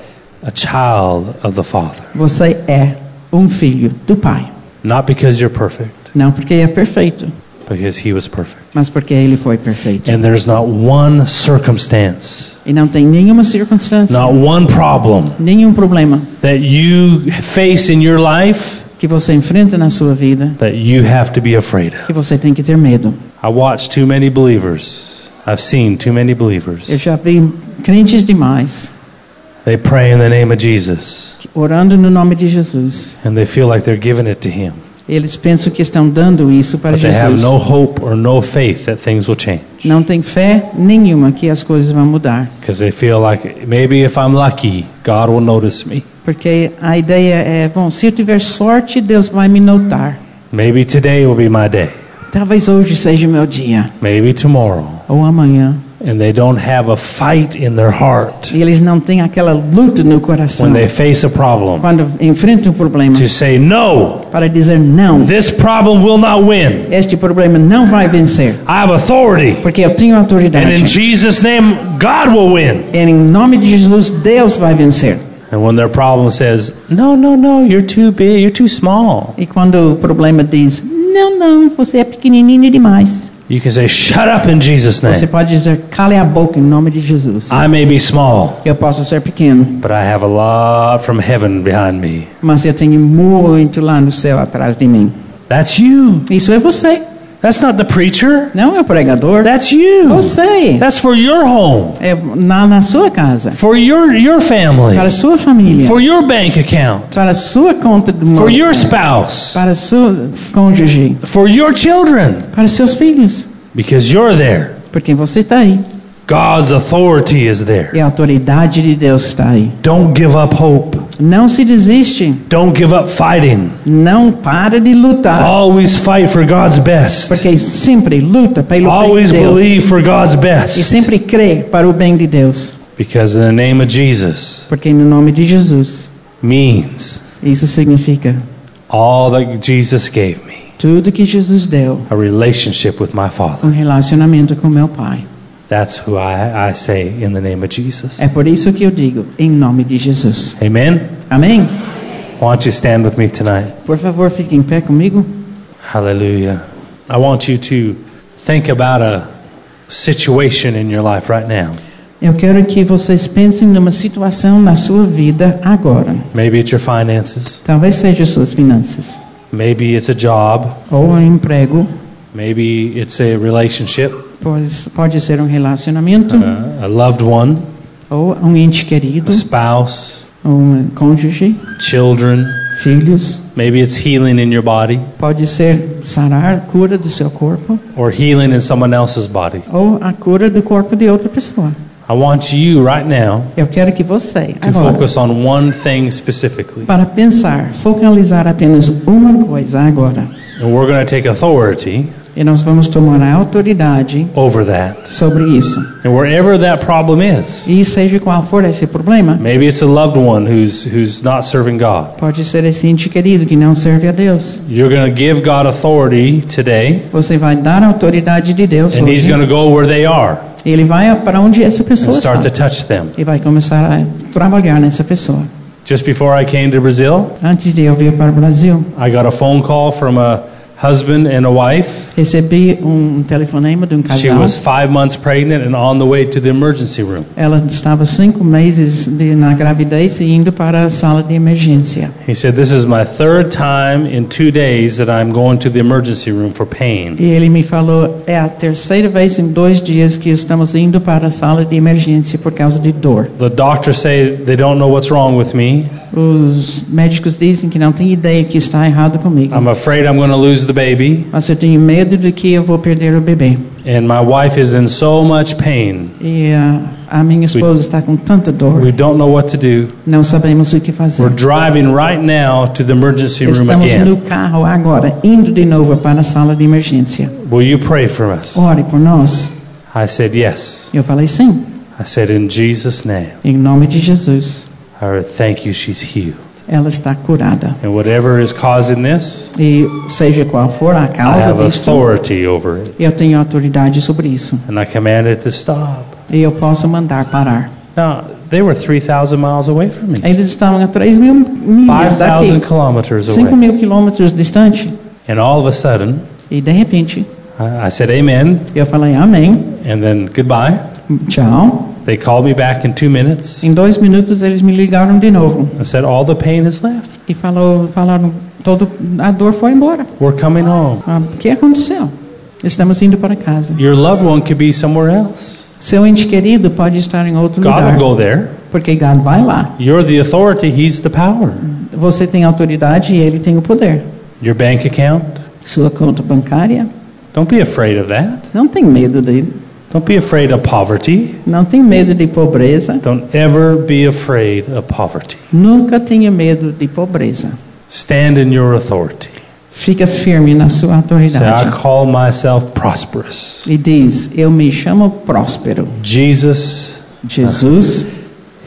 Speaker 1: a child of the Father.
Speaker 2: Você é um filho do Pai.
Speaker 1: Not because you're perfect,
Speaker 2: Não porque é perfeito,
Speaker 1: because He was perfect.
Speaker 2: mas porque ele foi perfeito.
Speaker 1: And there's not one circumstance,
Speaker 2: E não tem nenhuma circunstância,
Speaker 1: not one problem
Speaker 2: nenhum problema
Speaker 1: that you face in your life
Speaker 2: que você enfrenta na sua vida
Speaker 1: that you have to be afraid of.
Speaker 2: que você tem que ter medo.
Speaker 1: I watch too many believers. I've seen too many believers.
Speaker 2: Eu já vi crentes demais
Speaker 1: They pray in the name of Jesus
Speaker 2: que, orando no nome de Jesus.
Speaker 1: and they feel like they're giving it to Him.
Speaker 2: Eles pensam que estão dando isso para
Speaker 1: But they have
Speaker 2: Jesus.
Speaker 1: no hope or no faith that things will change
Speaker 2: Não tem fé nenhuma que as coisas vão mudar,
Speaker 1: because they feel like maybe if I'm lucky, God will notice me.
Speaker 2: porque a ideia é, bom, se eu tiver sorte, Deus vai me notar.
Speaker 1: Maybe today will be my day.
Speaker 2: Talvez hoje seja o meu dia
Speaker 1: Maybe tomorrow.
Speaker 2: ou amanhã.
Speaker 1: And they don't have a fight in their heart
Speaker 2: E eles não têm aquela luta no coração
Speaker 1: when they face a problem
Speaker 2: quando enfrentam um problema
Speaker 1: to say, No,
Speaker 2: para dizer não.
Speaker 1: this problem will not win.
Speaker 2: Este problema não vai vencer,
Speaker 1: I have authority.
Speaker 2: porque eu tenho
Speaker 1: And in
Speaker 2: autoridade.
Speaker 1: Jesus' name, God will win.
Speaker 2: Em nome de Jesus, Deus vai vencer.
Speaker 1: And when their problem says, No, no, no, you're too big, you're too small,
Speaker 2: E quando o problema diz, não, não, você é pequenininho demais.
Speaker 1: you can say, Shut up in Jesus'
Speaker 2: Você
Speaker 1: name.
Speaker 2: pode dizer, cale a boca em nome de Jesus.
Speaker 1: I may be small,
Speaker 2: Eu posso ser pequeno,
Speaker 1: but I have a lot from heaven behind me.
Speaker 2: mas eu tenho muito lá no céu atrás de mim.
Speaker 1: That's you.
Speaker 2: Isso é você,
Speaker 1: That's not the preacher.
Speaker 2: não é o pregador.
Speaker 1: That's you.
Speaker 2: Você
Speaker 1: That's for your home,
Speaker 2: é na, na sua casa,
Speaker 1: for your, your family.
Speaker 2: para a sua família,
Speaker 1: for your bank account,
Speaker 2: para a sua conta do
Speaker 1: for
Speaker 2: mundo,
Speaker 1: your spouse,
Speaker 2: para a sua cônjuge,
Speaker 1: for your children,
Speaker 2: para seus filhos,
Speaker 1: because you're there.
Speaker 2: porque você está aí.
Speaker 1: God's authority is there.
Speaker 2: E a autoridade de Deus está aí.
Speaker 1: Don't give up hope.
Speaker 2: Não se desiste,
Speaker 1: Don't give up fighting.
Speaker 2: não para de lutar,
Speaker 1: Always fight for God's best.
Speaker 2: Ah. porque sempre luta pelo bem
Speaker 1: Always
Speaker 2: de Deus.
Speaker 1: believe for God's
Speaker 2: E
Speaker 1: best.
Speaker 2: sempre crê para o bem de Deus,
Speaker 1: Because in the name of Jesus
Speaker 2: porque no nome de Jesus,
Speaker 1: means
Speaker 2: isso significa
Speaker 1: all that Jesus gave me
Speaker 2: tudo que Jesus deu,
Speaker 1: a relationship with my Father.
Speaker 2: um relacionamento com meu Pai.
Speaker 1: That's who I, I say in the name of Jesus.
Speaker 2: É por isso que eu digo, em nome de Jesus.
Speaker 1: Amen.
Speaker 2: Amém?
Speaker 1: Why don't you stand with me tonight?
Speaker 2: Por favor, fique em pé comigo.
Speaker 1: Hallelujah. I want you to think about a situation in your life right now.
Speaker 2: Eu quero que vocês pensem numa situação na sua vida agora.
Speaker 1: Maybe it's your finances,
Speaker 2: Talvez seja suas finanças,
Speaker 1: maybe it's a job,
Speaker 2: ou um emprego,
Speaker 1: maybe it's a relationship,
Speaker 2: pois pode ser um relacionamento,
Speaker 1: uh, a loved one,
Speaker 2: ou um ente querido,
Speaker 1: a spouse,
Speaker 2: ou um cônjuge,
Speaker 1: children,
Speaker 2: filhos.
Speaker 1: maybe it's healing in your body
Speaker 2: Pode ser sarar, cura do seu corpo,
Speaker 1: or healing in someone else's body.
Speaker 2: ou a cura do corpo de outra pessoa.
Speaker 1: I want you right now
Speaker 2: Eu quero que você,
Speaker 1: to
Speaker 2: agora,
Speaker 1: focus on one thing specifically.
Speaker 2: para pensar, focalizar apenas uma coisa agora.
Speaker 1: And we're going to take authority
Speaker 2: E nós vamos tomar a autoridade
Speaker 1: over that.
Speaker 2: sobre isso.
Speaker 1: And wherever that problem is,
Speaker 2: E seja qual for esse problema,
Speaker 1: maybe it's a loved one who's, who's not serving God.
Speaker 2: pode ser esse ente querido que não serve a Deus.
Speaker 1: You're going to give God authority today,
Speaker 2: Você vai dar a autoridade de Deus
Speaker 1: and He's
Speaker 2: hoje.
Speaker 1: going to go where they are
Speaker 2: E Ele vai para onde essa
Speaker 1: and
Speaker 2: pessoa está.
Speaker 1: start to touch them.
Speaker 2: E vai começar a trabalhar nessa pessoa.
Speaker 1: Just before I came to Brazil,
Speaker 2: Antes de eu vir para o Brasil,
Speaker 1: I got a phone call from a husband and a wife.
Speaker 2: recebi um telefonema de um
Speaker 1: She
Speaker 2: casal.
Speaker 1: was five months pregnant and on the way to the emergency room.
Speaker 2: Ela estava cinco meses de, na gravidez e indo para a sala de emergência.
Speaker 1: He said, This is my third time in two days that I'm going to the emergency room for pain.
Speaker 2: E ele me falou: é a terceira vez em dois dias que estamos indo para a sala de emergência por causa de dor.
Speaker 1: The doctors say they don't know what's wrong with me.
Speaker 2: Os médicos dizem que não tem ideia que está errado comigo.
Speaker 1: I'm afraid I'm going to lose the baby,
Speaker 2: Mas eu tenho medo de que eu vou perder o bebê.
Speaker 1: and my wife is in so much pain.
Speaker 2: E ah, a, a minha esposa está com tanta dor.
Speaker 1: We don't know what to do.
Speaker 2: Não sabemos o que
Speaker 1: We're
Speaker 2: fazer.
Speaker 1: driving right now to the emergency room
Speaker 2: Estamos
Speaker 1: again.
Speaker 2: no carro agora, indo de novo para a sala de emergência.
Speaker 1: Will you pray for us?
Speaker 2: Ore por nós.
Speaker 1: I said, Yes.
Speaker 2: Eu falei sim,
Speaker 1: I said, In Jesus' name.
Speaker 2: em nome de Jesus.
Speaker 1: I Thank you, she's healed.
Speaker 2: Ela está curada.
Speaker 1: And whatever is causing this,
Speaker 2: E seja qual for a
Speaker 1: I
Speaker 2: causa
Speaker 1: have
Speaker 2: disso,
Speaker 1: authority over it.
Speaker 2: eu tenho autoridade sobre isso.
Speaker 1: And I command it to stop.
Speaker 2: E eu posso mandar parar.
Speaker 1: Now, they were 3,000 miles away from me,
Speaker 2: Eles estavam a 3 mil milhas daqui,
Speaker 1: 5,000 kilometers
Speaker 2: 5
Speaker 1: away.
Speaker 2: mil quilômetros distante.
Speaker 1: And all of a sudden,
Speaker 2: E de repente,
Speaker 1: I I said, Amen,
Speaker 2: eu falei amém,
Speaker 1: and then goodbye.
Speaker 2: tchau.
Speaker 1: They called me back in two minutes
Speaker 2: Em dois minutos eles me ligaram de novo
Speaker 1: and said, All the pain is left.
Speaker 2: e falou, falaram, todo, a dor foi embora.
Speaker 1: We're coming home.
Speaker 2: Ah, O que aconteceu? Estamos indo para casa.
Speaker 1: Your loved one could be somewhere else.
Speaker 2: Seu ente querido pode estar em outro
Speaker 1: God
Speaker 2: lugar,
Speaker 1: will go there.
Speaker 2: porque God vai lá.
Speaker 1: You're the authority, He's the power.
Speaker 2: Você tem autoridade e ele tem o poder.
Speaker 1: Your bank account.
Speaker 2: Sua conta bancária,
Speaker 1: Don't be afraid of that.
Speaker 2: não tem medo dele,
Speaker 1: Don't be afraid of poverty.
Speaker 2: não tem medo de pobreza,
Speaker 1: Don't ever be afraid of poverty.
Speaker 2: nunca tenha medo de pobreza.
Speaker 1: Stand in your authority.
Speaker 2: Fica firme na
Speaker 1: Say,
Speaker 2: sua
Speaker 1: I
Speaker 2: autoridade
Speaker 1: call myself prosperous.
Speaker 2: e diz: Eu me chamo próspero.
Speaker 1: Jesus,
Speaker 2: Jesus,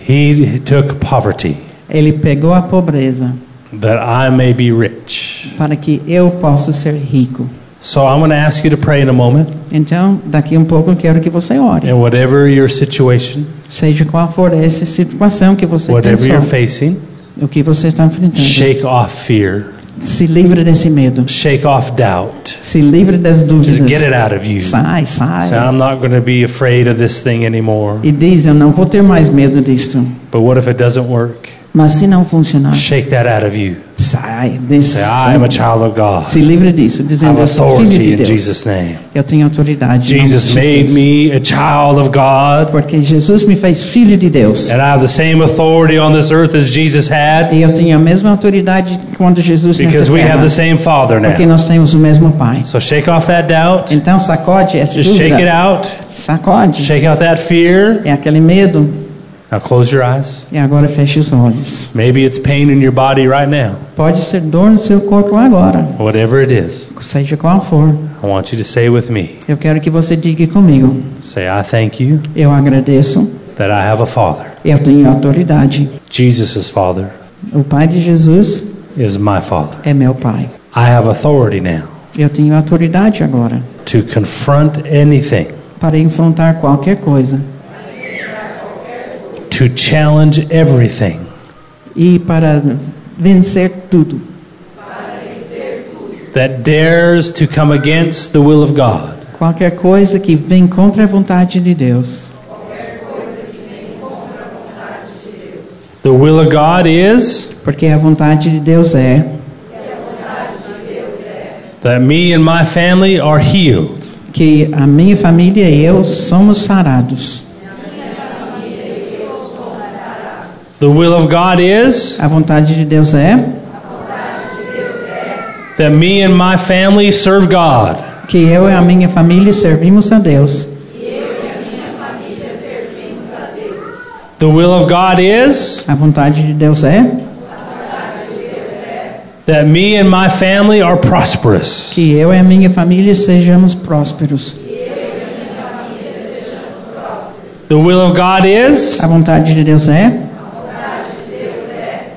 Speaker 1: He took poverty
Speaker 2: ele pegou a pobreza
Speaker 1: that I may be rich.
Speaker 2: para que eu possa ser rico.
Speaker 1: So I'm going to ask you to pray in a moment.
Speaker 2: Então, daqui um pouco eu quero que você ore.
Speaker 1: And whatever your situation,
Speaker 2: Seja qual for essa situação que você
Speaker 1: whatever you're
Speaker 2: pensou,
Speaker 1: facing,
Speaker 2: o que você está enfrentando,
Speaker 1: shake off fear,
Speaker 2: se livre desse medo,
Speaker 1: shake off doubt.
Speaker 2: se livre das
Speaker 1: Just get it
Speaker 2: dúvidas.
Speaker 1: out of you. Say,
Speaker 2: Sai, sai.
Speaker 1: I'm not going to be afraid of this thing anymore.
Speaker 2: E diz: Eu não vou ter mais medo disto.
Speaker 1: But what if it doesn't work?
Speaker 2: Mas se não funcionar,
Speaker 1: Shake that out of you.
Speaker 2: sai. Diz,
Speaker 1: Say, I am a child of God.
Speaker 2: se livre disso,
Speaker 1: I have
Speaker 2: dizendo: Eu sou filho
Speaker 1: authority
Speaker 2: de
Speaker 1: in
Speaker 2: Deus.
Speaker 1: Jesus' name.
Speaker 2: Eu tenho autoridade. em nome de
Speaker 1: Jesus made me a child of God,
Speaker 2: Porque Jesus me fez filho de Deus.
Speaker 1: and I have the same authority on this earth as Jesus had
Speaker 2: E eu tenho a mesma autoridade quando Jesus
Speaker 1: because
Speaker 2: nessa
Speaker 1: we
Speaker 2: terra.
Speaker 1: have the same Father
Speaker 2: Porque
Speaker 1: now.
Speaker 2: nós temos o mesmo Pai.
Speaker 1: So shake off that doubt.
Speaker 2: Então sacode essa
Speaker 1: Just shake it
Speaker 2: dúvida.
Speaker 1: out.
Speaker 2: Sacode.
Speaker 1: Shake out that fear.
Speaker 2: É aquele medo.
Speaker 1: Now close your eyes.
Speaker 2: E agora feche os olhos.
Speaker 1: Maybe it's pain in your body right now.
Speaker 2: Pode ser dor no seu corpo agora.
Speaker 1: Whatever it is,
Speaker 2: Seja qual for.
Speaker 1: I want you to say with me.
Speaker 2: Eu quero que você diga comigo.
Speaker 1: Say, I thank you
Speaker 2: Eu agradeço.
Speaker 1: that I have a Father.
Speaker 2: Eu tenho autoridade.
Speaker 1: Jesus' Father
Speaker 2: O Pai de Jesus
Speaker 1: is my Father.
Speaker 2: é meu Pai.
Speaker 1: I have authority now
Speaker 2: Eu tenho autoridade agora
Speaker 1: to confront anything,
Speaker 2: para enfrentar qualquer coisa
Speaker 1: to challenge everything.
Speaker 2: e para vencer tudo
Speaker 1: that dares to come against the will of God.
Speaker 2: Qualquer coisa que vem contra a vontade de Deus.
Speaker 1: The will of God is
Speaker 2: Porque a vontade de Deus é
Speaker 1: that me and my family are healed.
Speaker 2: que a minha família e eu somos sarados.
Speaker 1: The will of God is
Speaker 2: A vontade de Deus é
Speaker 1: that me and my family serve God.
Speaker 2: que eu e a minha família servimos a Deus.
Speaker 1: The will of God is
Speaker 2: A vontade de Deus é
Speaker 1: that me and my family are prosperous.
Speaker 2: que eu e a minha família sejamos prósperos.
Speaker 1: The will of God is
Speaker 2: A vontade de Deus é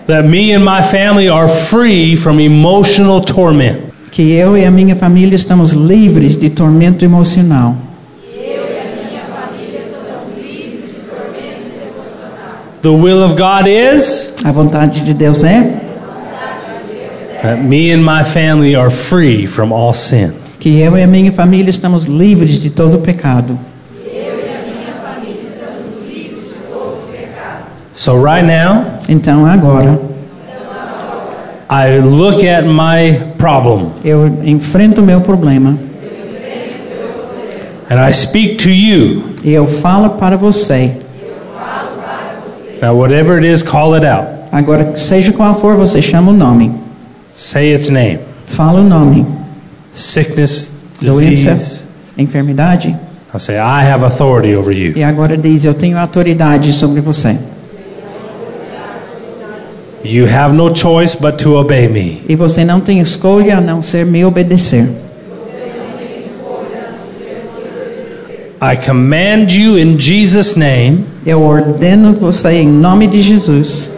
Speaker 1: that me and my family are free from emotional torment.
Speaker 2: que eu e a minha família estamos livres de tormento emocional.
Speaker 1: The will of God is
Speaker 2: A vontade de Deus é
Speaker 1: that me and my family are free from all sin.
Speaker 2: que eu e a minha família estamos livres de todo pecado.
Speaker 1: So, right now,
Speaker 2: Então agora
Speaker 1: I look at my problem.
Speaker 2: Eu enfrento o meu problema.
Speaker 1: And I speak to you.
Speaker 2: e Eu falo para você.
Speaker 1: Now, whatever it is, call it out.
Speaker 2: Agora, seja qual for, você chama o nome.
Speaker 1: Say its name.
Speaker 2: Fala o nome.
Speaker 1: Sickness,
Speaker 2: Doença.
Speaker 1: disease,
Speaker 2: enfermidade,
Speaker 1: I say, I have authority over you.
Speaker 2: e agora diz: Eu tenho autoridade sobre você.
Speaker 1: You have no choice but to obey me.
Speaker 2: E você não tem escolha a não ser me obedecer.
Speaker 1: I command you in Jesus' name
Speaker 2: Eu ordeno você em nome de Jesus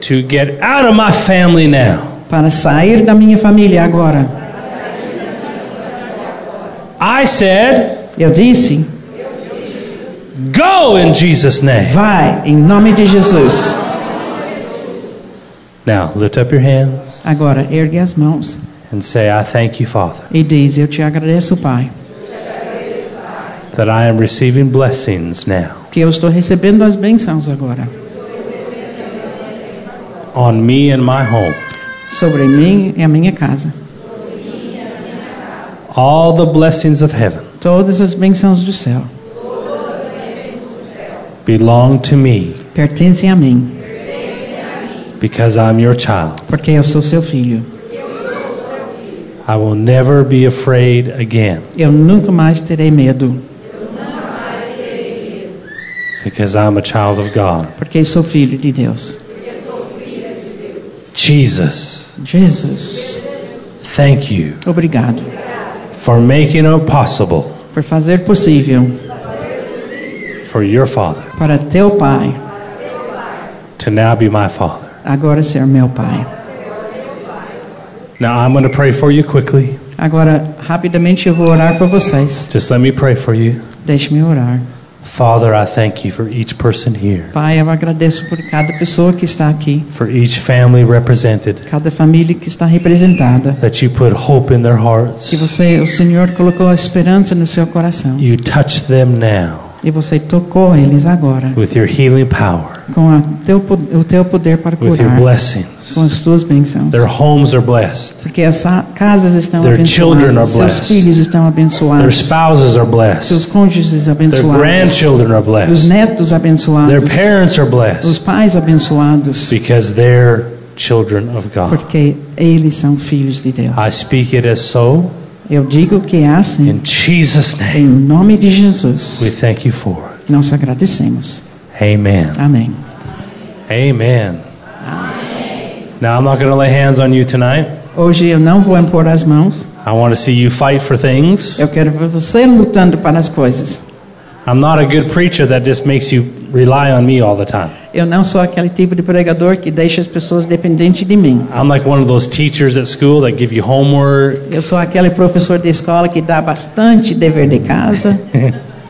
Speaker 1: to get out of my family now.
Speaker 2: para sair da minha família agora.
Speaker 1: I said,
Speaker 2: Eu disse:
Speaker 1: Go in Jesus' name.
Speaker 2: Vai em nome de Jesus.
Speaker 1: Now lift up your hands
Speaker 2: Agora ergue as mãos
Speaker 1: and say, I thank you, Father,
Speaker 2: e diz: Eu te agradeço, Pai,
Speaker 1: that I am receiving blessings now
Speaker 2: que eu estou recebendo as bênçãos agora
Speaker 1: on me and my home.
Speaker 2: sobre mim e a minha casa.
Speaker 1: All the blessings of heaven
Speaker 2: Todas as bênçãos do céu
Speaker 1: belong to me
Speaker 2: pertencem a mim.
Speaker 1: because I'm your child.
Speaker 2: porque eu sou seu filho.
Speaker 1: I will never be afraid again
Speaker 2: Eu nunca mais terei medo,
Speaker 1: because I'm a child of God.
Speaker 2: porque sou filho de Deus.
Speaker 1: Jesus,
Speaker 2: Jesus,
Speaker 1: thank you
Speaker 2: obrigado
Speaker 1: for making it possible
Speaker 2: por fazer possível
Speaker 1: for your father
Speaker 2: para teu Pai
Speaker 1: to now be my father.
Speaker 2: agora ser meu Pai.
Speaker 1: Now I'm going to pray for you quickly.
Speaker 2: Agora, rapidamente eu vou orar por vocês.
Speaker 1: Just let me pray for you.
Speaker 2: Deixe-me orar.
Speaker 1: Father, I thank you for each person here,
Speaker 2: Pai, eu agradeço por cada pessoa que está aqui,
Speaker 1: for each family represented,
Speaker 2: cada família que está representada.
Speaker 1: that you put hope in their
Speaker 2: Que
Speaker 1: hearts.
Speaker 2: você, o Senhor, colocou a esperança no seu coração
Speaker 1: You touch them now
Speaker 2: e você tocou eles agora
Speaker 1: with your healing power,
Speaker 2: com a teu, po- o teu poder para
Speaker 1: with your
Speaker 2: curar,
Speaker 1: blessings.
Speaker 2: com as suas bênçãos.
Speaker 1: Their homes are blessed,
Speaker 2: Porque as sa- casas estão
Speaker 1: Their children are
Speaker 2: abençoadas, seus
Speaker 1: blessed.
Speaker 2: filhos estão
Speaker 1: their
Speaker 2: abençoados,
Speaker 1: spouses are
Speaker 2: seus
Speaker 1: blessed,
Speaker 2: cônjuges
Speaker 1: their
Speaker 2: abençoados,
Speaker 1: grandchildren are
Speaker 2: os
Speaker 1: blessed,
Speaker 2: netos
Speaker 1: their
Speaker 2: abençoados,
Speaker 1: parents are
Speaker 2: os
Speaker 1: blessed
Speaker 2: pais abençoados,
Speaker 1: because they're children of God.
Speaker 2: porque eles são filhos de Deus.
Speaker 1: I speak it as so.
Speaker 2: Eu digo que é assim,
Speaker 1: In Jesus' name.
Speaker 2: em nome de
Speaker 1: We
Speaker 2: Jesus,
Speaker 1: thank you for it.
Speaker 2: nós agradecemos.
Speaker 1: Amen.
Speaker 2: Amém.
Speaker 1: Amen. Now, I'm not going to lay hands on you tonight.
Speaker 2: Hoje eu não vou impor as mãos,
Speaker 1: I want to see you fight for things.
Speaker 2: eu quero ver você lutando para as coisas.
Speaker 1: I'm not a good preacher that just makes you rely on me all the time.
Speaker 2: Eu não sou aquele tipo de pregador que deixa as pessoas dependentes de mim.
Speaker 1: I'm like one of those teachers at school that give you homework.
Speaker 2: Eu sou aquele professor de escola que dá bastante dever de casa.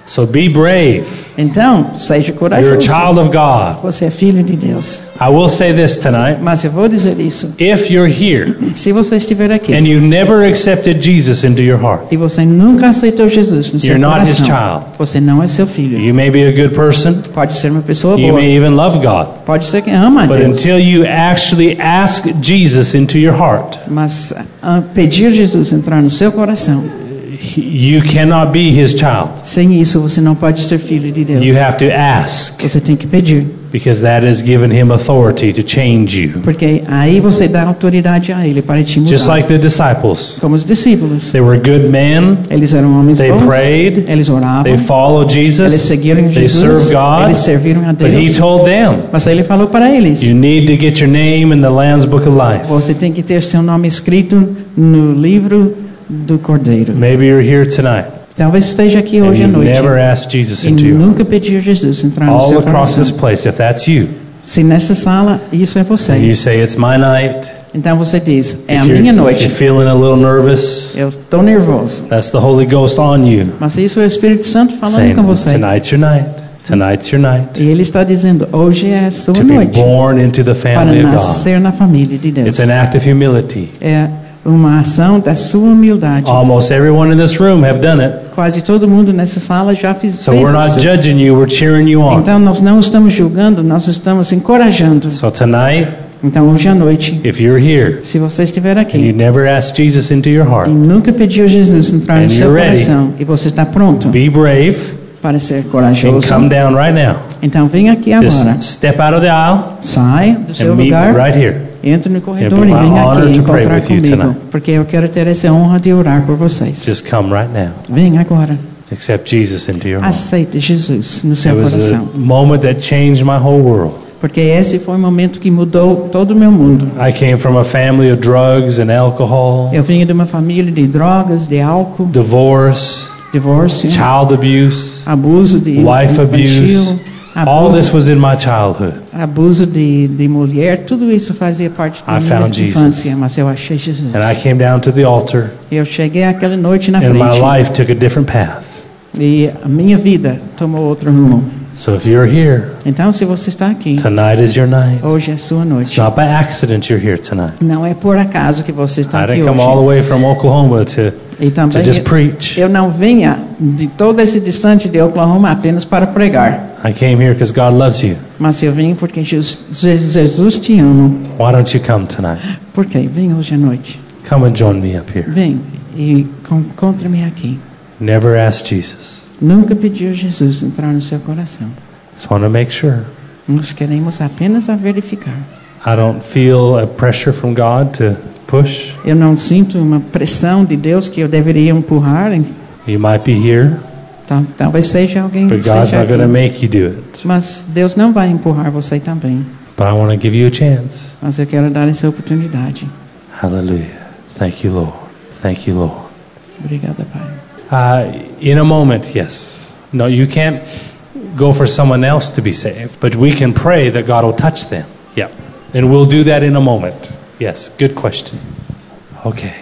Speaker 1: So be brave.
Speaker 2: Então, seja
Speaker 1: You're a
Speaker 2: corajoso.
Speaker 1: child of God.
Speaker 2: Você é filho de Deus.
Speaker 1: I will say this tonight.
Speaker 2: Mas eu vou dizer isso.
Speaker 1: If you're here
Speaker 2: Se você estiver aqui
Speaker 1: and you've never accepted Jesus into your heart,
Speaker 2: e você nunca aceitou Jesus no seu
Speaker 1: You're not his
Speaker 2: coração,
Speaker 1: child.
Speaker 2: você não é seu filho.
Speaker 1: you may be a good person.
Speaker 2: Pode ser uma pessoa
Speaker 1: You
Speaker 2: boa.
Speaker 1: may even love God.
Speaker 2: Pode ser que ama a
Speaker 1: But
Speaker 2: Deus.
Speaker 1: until you actually ask Jesus into your heart,
Speaker 2: Mas ah, pedir Jesus entrar no seu coração,
Speaker 1: You cannot be his child.
Speaker 2: sem isso você não pode ser filho de Deus.
Speaker 1: You have to ask
Speaker 2: Você tem que pedir,
Speaker 1: because that has given him authority to change you.
Speaker 2: porque aí você dá autoridade a Ele para te mudar.
Speaker 1: Just like the disciples.
Speaker 2: Como os discípulos.
Speaker 1: They were good men.
Speaker 2: Eles eram homens
Speaker 1: They
Speaker 2: bons.
Speaker 1: prayed.
Speaker 2: eles oravam.
Speaker 1: They followed
Speaker 2: eles
Speaker 1: Jesus.
Speaker 2: seguiram
Speaker 1: They
Speaker 2: Jesus.
Speaker 1: served God.
Speaker 2: eles serviram a
Speaker 1: But he
Speaker 2: Deus.
Speaker 1: told them,
Speaker 2: Mas ele falou para eles:
Speaker 1: you need to get your name in the Lamb's Book of Life.
Speaker 2: Você tem que ter seu nome escrito no livro do Cordeiro.
Speaker 1: Maybe you're here tonight
Speaker 2: Talvez esteja aqui
Speaker 1: and
Speaker 2: hoje à
Speaker 1: you've
Speaker 2: noite
Speaker 1: never asked Jesus
Speaker 2: e
Speaker 1: into your heart.
Speaker 2: nunca pediu Jesus entrar no
Speaker 1: All
Speaker 2: seu
Speaker 1: across
Speaker 2: coração.
Speaker 1: this place, if that's you,
Speaker 2: Se nessa sala isso é
Speaker 1: and you
Speaker 2: você,
Speaker 1: say, it's my night.
Speaker 2: então você diz: É a
Speaker 1: If you're,
Speaker 2: minha
Speaker 1: if
Speaker 2: noite.
Speaker 1: you're feeling a little nervous,
Speaker 2: Eu estou nervoso.
Speaker 1: that's the Holy Ghost on you.
Speaker 2: Mas isso é o Espírito Santo falando
Speaker 1: saying,
Speaker 2: com você.
Speaker 1: Tonight's your night. Tonight's your night.
Speaker 2: E ele está dizendo: Hoje é a sua
Speaker 1: To be
Speaker 2: noite
Speaker 1: born into the
Speaker 2: para
Speaker 1: family of God.
Speaker 2: nascer na família de Deus.
Speaker 1: It's an act of humility.
Speaker 2: é uma ação da sua humildade.
Speaker 1: Almost everyone in this room have done it.
Speaker 2: Quase todo mundo nessa sala já fez,
Speaker 1: So
Speaker 2: fez
Speaker 1: we're not
Speaker 2: isso.
Speaker 1: judging you, we're cheering you on.
Speaker 2: Então nós não estamos julgando, nós estamos encorajando.
Speaker 1: So tonight,
Speaker 2: Então hoje à noite,
Speaker 1: if you're here
Speaker 2: se você estiver
Speaker 1: and you
Speaker 2: aqui
Speaker 1: never asked Jesus into your
Speaker 2: e
Speaker 1: heart,
Speaker 2: nunca pediu Jesus entrar
Speaker 1: And
Speaker 2: no seu
Speaker 1: you're ready.
Speaker 2: coração e você está pronto,
Speaker 1: be brave
Speaker 2: para ser
Speaker 1: And
Speaker 2: corajoso.
Speaker 1: come down right now.
Speaker 2: Então vem aqui agora.
Speaker 1: Just step out of the aisle
Speaker 2: Sai do seu
Speaker 1: and meet me
Speaker 2: lugar,
Speaker 1: right here.
Speaker 2: entra no corredor
Speaker 1: It'd
Speaker 2: e
Speaker 1: be my
Speaker 2: vem
Speaker 1: honor
Speaker 2: aqui
Speaker 1: to pray
Speaker 2: encontrar
Speaker 1: with you
Speaker 2: comigo.
Speaker 1: tonight.
Speaker 2: Porque eu quero ter essa honra de orar por vocês.
Speaker 1: Just come right now.
Speaker 2: Vem agora.
Speaker 1: Tá Accept Jesus into your heart.
Speaker 2: Aceite Jesus no
Speaker 1: It
Speaker 2: seu
Speaker 1: was a
Speaker 2: coração.
Speaker 1: moment that changed my whole world.
Speaker 2: Porque esse foi o momento que mudou todo o meu mundo.
Speaker 1: I came from a family of drugs and alcohol,
Speaker 2: Eu vinha de uma família de drogas, de álcool,
Speaker 1: divorce,
Speaker 2: divórcio,
Speaker 1: child abuse.
Speaker 2: abuso de
Speaker 1: Life
Speaker 2: infantil,
Speaker 1: abuse. All this
Speaker 2: abuso,
Speaker 1: was in my childhood.
Speaker 2: abuso de, de mulher. Tudo isso fazia parte da
Speaker 1: I
Speaker 2: minha
Speaker 1: found Jesus.
Speaker 2: infância, mas eu achei Jesus.
Speaker 1: And I came down to the altar,
Speaker 2: Eu cheguei aquela noite na
Speaker 1: and my
Speaker 2: frente
Speaker 1: life took a different path.
Speaker 2: e a minha vida tomou outro rumo.
Speaker 1: So if you're here,
Speaker 2: Então, se você está aqui,
Speaker 1: tonight is your night.
Speaker 2: hoje é sua
Speaker 1: It's
Speaker 2: noite.
Speaker 1: not by accident you're here tonight.
Speaker 2: Não é por acaso que você está
Speaker 1: I
Speaker 2: aqui
Speaker 1: didn't come all the
Speaker 2: hoje.
Speaker 1: way from Oklahoma to,
Speaker 2: E
Speaker 1: to
Speaker 2: também
Speaker 1: just preach.
Speaker 2: eu não vinha de todo esse distante de Oklahoma apenas para pregar,
Speaker 1: I came here because God loves you.
Speaker 2: mas eu vim porque Jesus, Jesus te ama.
Speaker 1: Why don't you come tonight?
Speaker 2: Por quê? Vem hoje à noite.
Speaker 1: Come and join me up here.
Speaker 2: Vem e encontre-me aqui.
Speaker 1: Never ask Jesus.
Speaker 2: Nunca pediu Jesus entrar no seu coração.
Speaker 1: Just want to make sure.
Speaker 2: Nós queremos apenas a verificar.
Speaker 1: I don't feel a pressure from God to push.
Speaker 2: Eu não sinto uma pressão de Deus que eu deveria empurrar. em-
Speaker 1: You might be here,
Speaker 2: tal- Talvez seja alguém que
Speaker 1: but God's
Speaker 2: esteja
Speaker 1: not going to
Speaker 2: aqui.
Speaker 1: make you do it.
Speaker 2: Mas Deus não vai empurrar você também.
Speaker 1: But I want to give you a chance.
Speaker 2: Mas eu quero dar essa oportunidade.
Speaker 1: Hallelujah. Thank you, Lord. Thank you, Lord.
Speaker 2: Obrigada, Pai.
Speaker 1: Uh, in a moment, yes. No, you can't go for someone else to be saved, but we can pray that God will touch them. Yeah. And we'll do that in a moment. Yes, good question. Okay.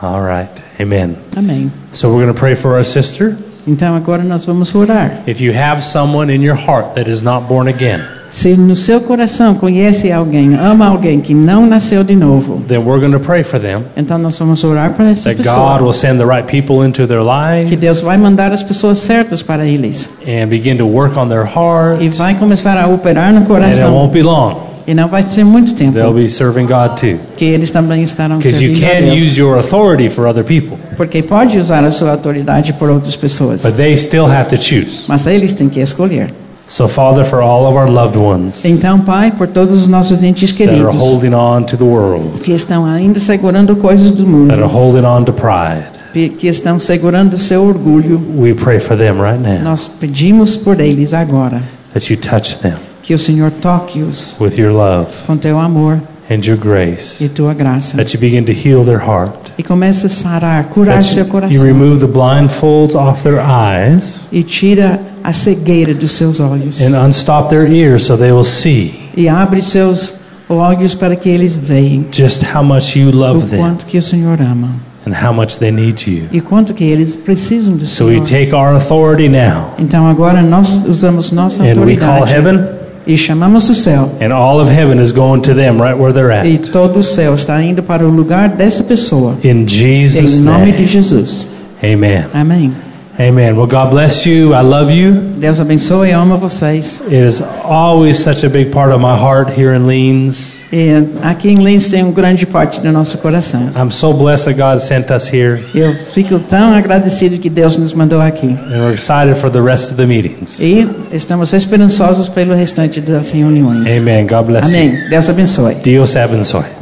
Speaker 1: All right. Amen.
Speaker 2: Amém.
Speaker 1: So we're going to pray for our sister.
Speaker 2: Então agora nós vamos orar.
Speaker 1: If you have someone in your heart that is not born again,
Speaker 2: Se no seu coração conhece alguém, ama alguém que não nasceu de novo,
Speaker 1: then we're going to pray for them
Speaker 2: então nós vamos orar para essa
Speaker 1: that
Speaker 2: pessoa.
Speaker 1: God will send the right people into their
Speaker 2: que
Speaker 1: life
Speaker 2: Deus vai mandar as pessoas certas para eles
Speaker 1: and begin to work on their heart.
Speaker 2: e vai começar a operar no
Speaker 1: And it
Speaker 2: coração
Speaker 1: won't be long.
Speaker 2: e não vai ser muito tempo
Speaker 1: They'll be serving God too.
Speaker 2: um que eles também estarão
Speaker 1: Because you
Speaker 2: servindo a
Speaker 1: can use
Speaker 2: Deus
Speaker 1: your authority for other people,
Speaker 2: porque pode usar a sua autoridade por outras pessoas
Speaker 1: but they still have to choose.
Speaker 2: mas eles têm que escolher
Speaker 1: So, Father, for all of our loved ones
Speaker 2: então Pai por todos os nossos entes
Speaker 1: that are
Speaker 2: queridos
Speaker 1: holding on to the world,
Speaker 2: que estão ainda segurando coisas do
Speaker 1: that are
Speaker 2: mundo
Speaker 1: holding on to pride,
Speaker 2: pe- que estão segurando o seu orgulho
Speaker 1: we pray for them right now
Speaker 2: nós pedimos por eles agora
Speaker 1: that you touch them
Speaker 2: que o Senhor toque-os
Speaker 1: with your love
Speaker 2: com teu amor
Speaker 1: and your grace,
Speaker 2: e tua graça
Speaker 1: that you begin to heal their heart,
Speaker 2: e comece a sarar curar
Speaker 1: that
Speaker 2: seu
Speaker 1: you, you
Speaker 2: coração
Speaker 1: remove the blindfolds off their eyes
Speaker 2: e tira a cegueira dos seus olhos
Speaker 1: and unstop their ears so they will see
Speaker 2: e abre seus olhos para que eles vejam
Speaker 1: just how much you love
Speaker 2: o
Speaker 1: them
Speaker 2: quanto que o Senhor ama
Speaker 1: and how much they need you.
Speaker 2: e quanto que eles precisam do
Speaker 1: So, we
Speaker 2: Senhor.
Speaker 1: take our authority now.
Speaker 2: Então agora nós usamos nossa
Speaker 1: And we call
Speaker 2: autoridade
Speaker 1: heaven,
Speaker 2: e chamamos o céu
Speaker 1: and all of heaven is going to them right where they're
Speaker 2: e
Speaker 1: at.
Speaker 2: todo o céu está indo para o lugar dessa pessoa
Speaker 1: In Jesus'
Speaker 2: em nome de
Speaker 1: name.
Speaker 2: Jesus.
Speaker 1: Amen.
Speaker 2: Amém.
Speaker 1: Amen. Well, God bless you. I love you.
Speaker 2: Deus abençoe e ama vocês.
Speaker 1: It is always such a big part of my heart here in Leans.
Speaker 2: E É, aqui em Lins tem uma grande parte do nosso coração.
Speaker 1: I'm so blessed that God sent us here,
Speaker 2: Eu fico tão agradecido que Deus nos mandou aqui.
Speaker 1: and we're excited for the rest of the meetings.
Speaker 2: E estamos esperançosos pelo restante das reuniões.
Speaker 1: Amen. God bless you.
Speaker 2: Amém. Deus abençoe.
Speaker 1: Dios abençoe.